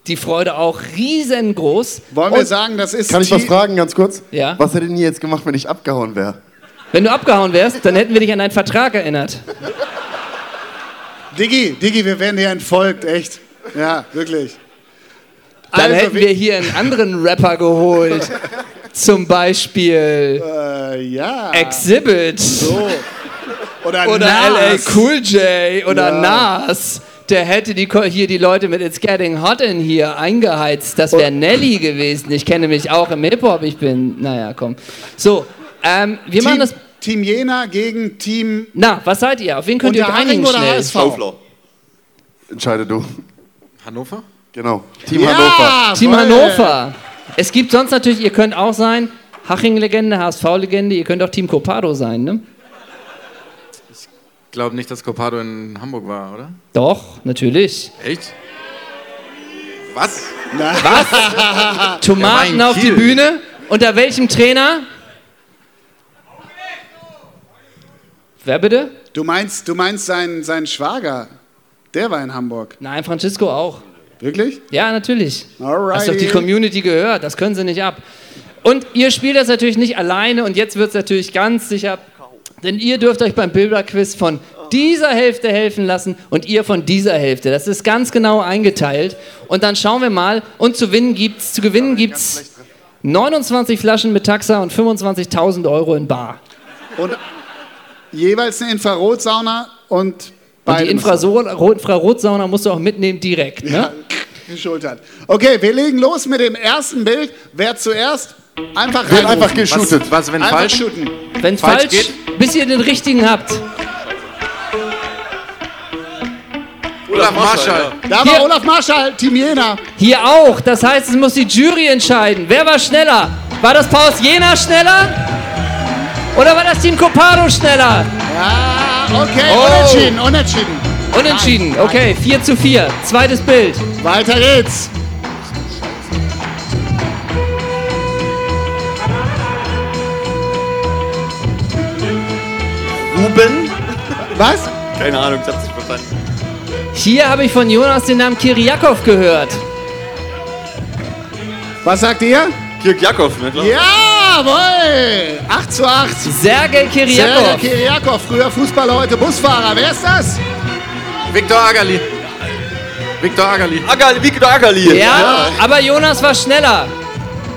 die Freude auch riesengroß. Wollen wir sagen, das ist Kann ich was fragen, ganz kurz? Ja. Was hätte denn ihr jetzt gemacht, wenn ich abgehauen wäre? Wenn du abgehauen wärst, dann hätten wir dich an einen Vertrag erinnert. Diggi, Diggi, wir werden hier entfolgt, echt. Ja, wirklich. Dann Also, hätten wir- wir hier einen anderen Rapper geholt. Zum Beispiel Äh, ja. Exhibit. So. Oder, oder Nas. LA Cool J oder Ja. Nas. Der hätte die, Ko- hier die Leute mit It's Getting Hot in hier eingeheizt. Das wäre Nelly gewesen. Ich kenne mich auch im Hip-Hop. Ich bin, naja, komm. So, ähm, wir machen Team- das. Team Jena gegen Team. Na, was seid ihr? Auf wen könnt ihr euch Unterhaching einigen oder schnell? HSV? Schaufler. Entscheide du. Hannover? Genau. Team Ja, Hannover. Team Hannover. Es gibt sonst natürlich, ihr könnt auch sein, Haching-Legende, HSV-Legende, ihr könnt auch Team Copado sein, ne? Ich glaube nicht, dass Copado in Hamburg war, oder? Doch, natürlich. Echt? Was? Was? Ja, Tomaten mein auf die Kiel. Bühne? Unter welchem Trainer? Wer bitte? Du meinst, du meinst seinen, seinen Schwager. Der war in Hamburg. Nein, Francisco auch. Wirklich? Ja, natürlich. Alrighty. Hast doch die Community gehört, das können sie nicht ab. Und ihr spielt das natürlich nicht alleine und jetzt wird es natürlich ganz sicher, denn ihr dürft euch beim Bilderquiz von dieser Hälfte helfen lassen und ihr von dieser Hälfte. Das ist ganz genau eingeteilt und dann schauen wir mal und zu gewinnen gibt's, zu gewinnen gibt's 29 Flaschen mit Taxa und 25.000 Euro in Bar. Und jeweils eine Infrarotsauna und Und beide die müssen- Infrarot- Infrarotsauna musst du auch mitnehmen direkt. Ne? geschultert. Okay, wir legen los mit dem ersten Bild. Wer zuerst? Einfach Wird reinrufen. einfach geshootet. Was- was, wenn einfach falsch? Shooten. Wenn falsch, Falsch falsch bis ihr den richtigen habt. Olaf Marschall. Da war Olaf Marschall, Team Jena. Hier auch. Das heißt, es muss die Jury entscheiden. Wer war schneller? War das Paus Jena schneller? Oder war das Team Copado schneller? Ja, Ah, okay, Oh. unentschieden, unentschieden. Unentschieden. Okay, 4 zu 4. Zweites Bild. Weiter geht's. Ruben? Was? Keine Ahnung, ich hab's nicht verstanden. Hier habe ich von Jonas den Namen Kiriakov gehört. Was sagt ihr? Kirk Jakov, ne? glaub ich. Jawohl! 8 zu 8. Sergei Kiriakov. Sergei Kiriakov, früher Fußballer, heute Busfahrer. Wer ist das? Viktor Agali. Viktor Agali. Agali, Viktor Agali. Ja, aber Jonas war schneller.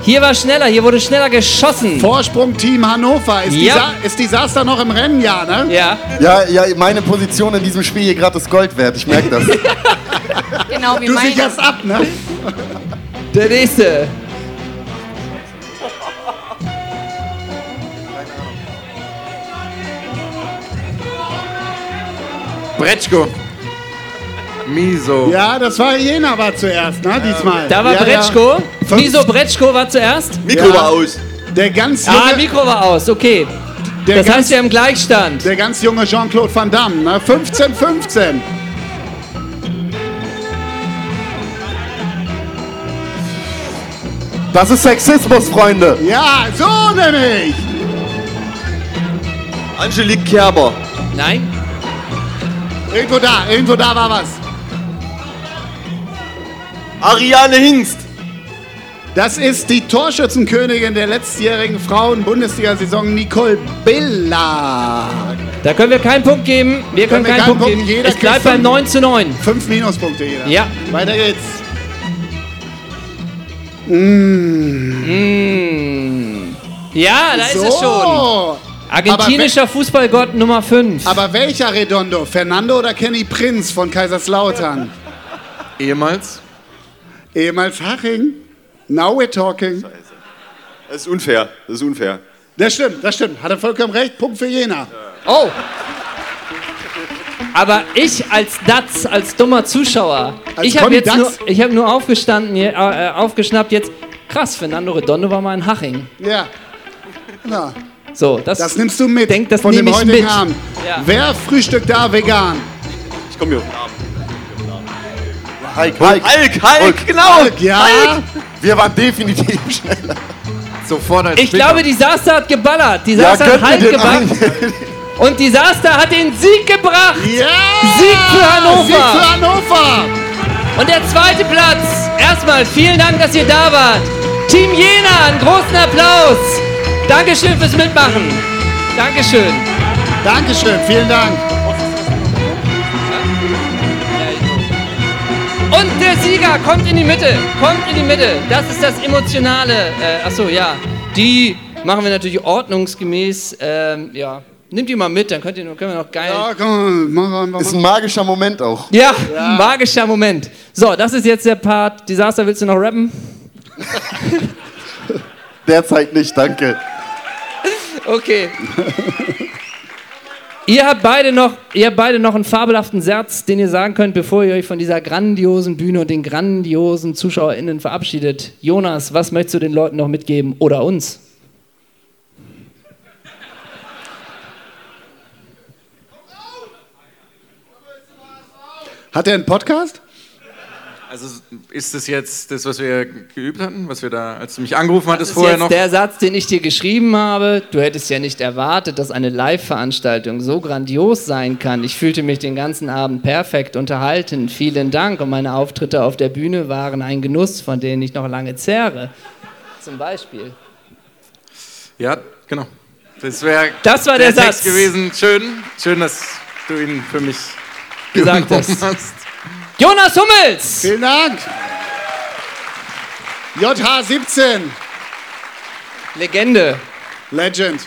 Hier war schneller, hier wurde schneller geschossen. Vorsprung Team Hannover. Ist, Ja. Disa ist Desaster noch im Rennen, ja, ne? Ja. Ja, ja, meine Position in diesem Spiel hier gerade ist Gold wert. Ich merke das. Genau wie Du meine. sicherst ab, ne? Der nächste. Bretschko. Miso. Ja, das war Jena war zuerst, ne? Diesmal. Da war ja, Bretschko. Fünf- Wieso Bretschko war zuerst? Mikro Ja. war aus. Der ganz junge, Ah, Mikro war aus, okay. Der das ganz- heißt, wir haben Gleichstand. der ganz junge Jean-Claude Van Damme, ne? 15, 15. Das ist Sexismus, Freunde. Ja, so nämlich. Angelique Kerber. Nein? Irgendwo da, irgendwo da war was. Ariane Hingst. Das ist die Torschützenkönigin der letztjährigen Frauen-Bundesliga-Saison, Nicole Billa. Da können wir keinen Punkt geben. Wir können, keinen Punkt geben. Jeder es bleibt kriegt beim fünf- 9 zu 9. Fünf Minuspunkte jeder. Ja. Weiter geht's. Mm. Ja, da ist es schon. So. Argentinischer Fußballgott Nummer 5. Aber welcher Redondo? Fernando oder Kenny Prinz von Kaiserslautern? Ehemals. Ehemals Haching. Now we're talking. Das ist unfair. Das ist unfair. Das stimmt, das stimmt. Hat er vollkommen recht. Punkt für Jena. Oh! Aber ich als Datz, als dummer Zuschauer, Als ich habe Conny jetzt nur, Datz? ich hab nur aufgestanden, hier, äh, äh, aufgeschnappt jetzt, krass, Fernando Redondo war mal in Haching. Ja. Na, So, das, das nimmst du mit denk, das von nehm dem ich heutigen mit. Abend. Ja. Wer frühstückt da vegan? Ich komme hier auf den Namen. Hulk, Hulk, Hulk, Hulk, Oh, genau. Hulk, ja. Wir waren definitiv schneller. Sofort als Ich glaube, Disaster hat geballert. Disaster hat könnt Halt ihr geballert. den- Und Disaster hat den Sieg gebracht. Ja! Sieg für Hannover. Sieg für Hannover. Und der zweite Platz. Erstmal vielen Dank, dass ihr da wart. Team Jena, einen großen Applaus. Dankeschön fürs Mitmachen. Dankeschön. Dankeschön, vielen Dank. Und der Sieger kommt in die Mitte. Kommt in die Mitte. Das ist das Emotionale. Äh, achso, ja. Die machen wir natürlich ordnungsgemäß. Ähm, ja. Nimmt die mal mit, dann könnt ihr, können wir noch geil. Ja, komm, mach einfach Ist mal. ein magischer Moment auch. Ja, magischer Moment. So, das ist jetzt der Part. Desaster, willst du noch rappen? Derzeit nicht, danke. Okay. ihr, habt beide noch, ihr habt beide noch einen fabelhaften Satz, den ihr sagen könnt, bevor ihr euch von dieser grandiosen Bühne und den grandiosen ZuschauerInnen verabschiedet. Jonas, was möchtest du den Leuten noch mitgeben oder uns? Hat er einen Podcast? Also ist das jetzt das, was wir geübt hatten, was wir da, als du mich angerufen hattest Das ist vorher jetzt noch? der Satz, den ich dir geschrieben habe. Du hättest ja nicht erwartet, dass eine Live-Veranstaltung so grandios sein kann. Ich fühlte mich den ganzen Abend perfekt unterhalten. Vielen Dank. Und meine Auftritte auf der Bühne waren ein Genuss, von denen ich noch lange zehre. Zum Beispiel. Ja, genau. Das wäre Das war der Text Satz. gewesen. Schön, schön, dass du ihn für mich Gesagt genommen hast. hast. Jonas Hummels! Vielen Dank. JH17, Legende. Legend.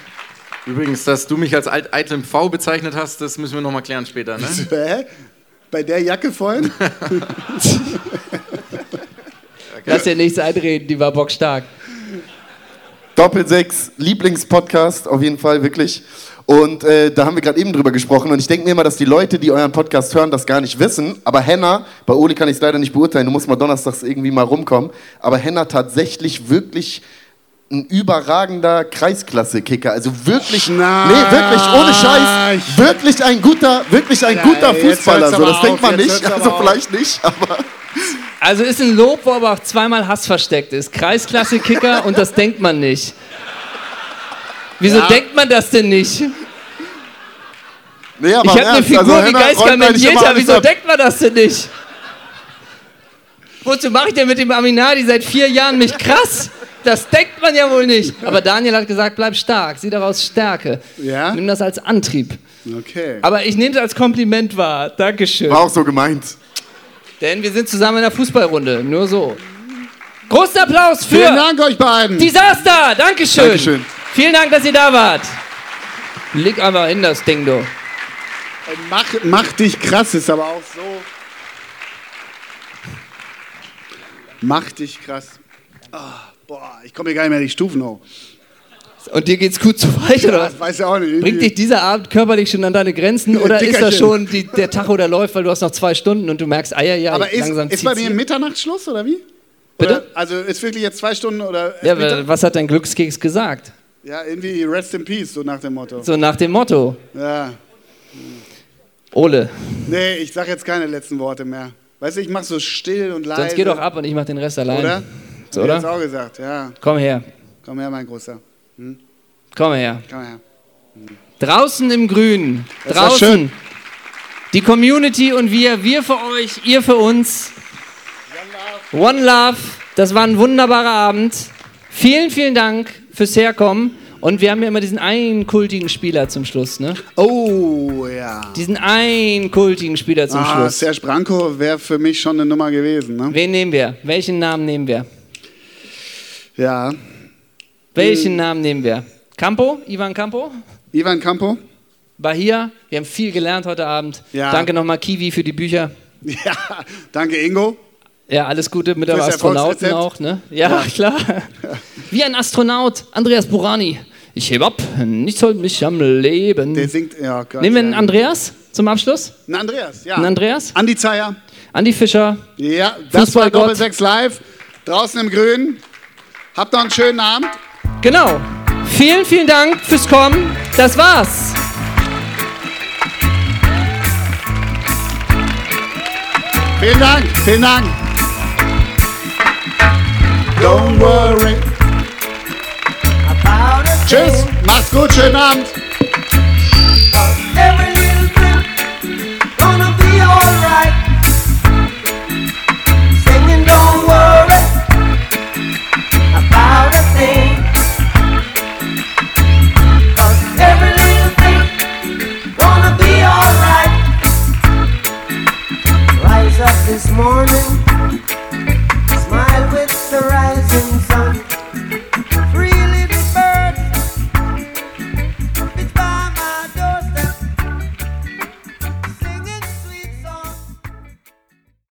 Übrigens, dass du mich als alt eitlem V bezeichnet hast, das müssen wir nochmal klären später, ne? Hä? Bei der Jacke vorhin? Lass dir nichts einreden, die war bockstark. Doppel 6, Lieblingspodcast, auf jeden Fall, wirklich. Und äh, da haben wir gerade eben drüber gesprochen. Und ich denke mir immer, dass die Leute, die euren Podcast hören, das gar nicht wissen. Aber Henna, bei Oli kann ich es leider nicht beurteilen, du musst mal donnerstags irgendwie mal rumkommen. Aber Henna tatsächlich wirklich ein überragender Kreisklasse-Kicker. Also wirklich, nee, wirklich, ohne Scheiß, wirklich ein guter, wirklich ein Ja, guter jetzt hört's Fußballer. So, aber das denkt auf, man jetzt nicht, hört's aber also auf. vielleicht nicht, aber... Also ist ein Lob, wo aber auch zweimal Hass versteckt ist. Kreisklasse-Kicker und das denkt man nicht. Wieso Ja. denkt man das denn nicht? Nee, aber ich habe im eine Ernst, Figur also wie Henna Geisgar räumt eigentlich immer Mendieta, alles wieso ab. denkt man das denn nicht? Wozu mache ich denn mit dem Aminadi seit vier Jahren mich krass? Das denkt man ja wohl nicht. Aber Daniel hat gesagt, bleib stark, sieh daraus Stärke. Ja? Nimm das als Antrieb. Okay. Aber ich nehme es als Kompliment wahr. Dankeschön. War auch so gemeint. Denn wir sind zusammen in der Fußballrunde. Nur so. Großen Applaus für Vielen Dank euch beiden. Desaster. Dankeschön. Dankeschön. Vielen Dank, dass ihr da wart. Leg einfach hin, das Ding, du. Mach, mach dich krass ist aber auch so. Mach dich krass. Ah, boah, ich komme hier gar nicht mehr die Stufen hoch. Und dir geht's gut zu weit, oder Ja, was? das weiß ich auch nicht. Bringt dich dieser Abend körperlich schon an deine Grenzen oder ist das Dickerchen. schon die, der Tacho, der läuft, weil du hast noch zwei Stunden und du merkst, ah ja, ja, aber ist, langsam ist bei zieht's mir hier. Mitternachtsschluss oder wie? Bitte? Oder, also ist wirklich jetzt zwei Stunden oder. Ja, aber was hat dein Glückskeks gesagt? ja, irgendwie Rest in Peace, so nach dem Motto. So nach dem Motto, Ja. Ole, Nee, ich sag jetzt keine letzten Worte mehr. Weißt du, ich mach so still und leise. sonst geh doch ab und ich mach den Rest allein. Also. Oder? So, Hab ich jetzt oder? auch gesagt, ja. Komm her, Komm her, mein Großer. Hm? komm her. Komm her. Draußen im Grün, Das war draußen. schön. Die Community und wir, wir für euch, ihr für uns. One Love, das war ein wunderbarer Abend. Vielen, vielen Dank fürs Herkommen. Und wir haben ja immer diesen einen kultigen Spieler zum Schluss, ne? Oh, ja. Diesen einen kultigen Spieler zum ah, Schluss. Serge Branko wäre für mich schon eine Nummer gewesen, ne? Wen nehmen wir? Welchen Namen nehmen wir? Ja. Welchen Hm. Namen nehmen wir? Campo? Ivan Campo? Ivan Campo? Bahia? Wir haben viel gelernt heute Abend. Ja. Danke nochmal Kiwi für die Bücher. Ja, danke Ingo. Ja, alles Gute mit der Fürs Astronauten Erfolgsrezept. auch, ne? Ja, Ja. klar. Wie ein Astronaut, Andreas Burani. Ich heb ab, nichts hält mich am Leben. Der singt, ja, oh Gott, Nehmen wir einen ja. Ah. Andreas zum Abschluss? Ein Andreas, ja. Einen Andreas? Andi Zeyer. Andi Fischer. Ja, das war Fußballgott. Doppel 6 Live. Draußen im Grün. Habt noch einen schönen Abend. Genau. Vielen, vielen Dank fürs Kommen. Das war's. Vielen Dank, vielen Dank. Don't worry about a Tschüss, macht's gut, schönen Abend.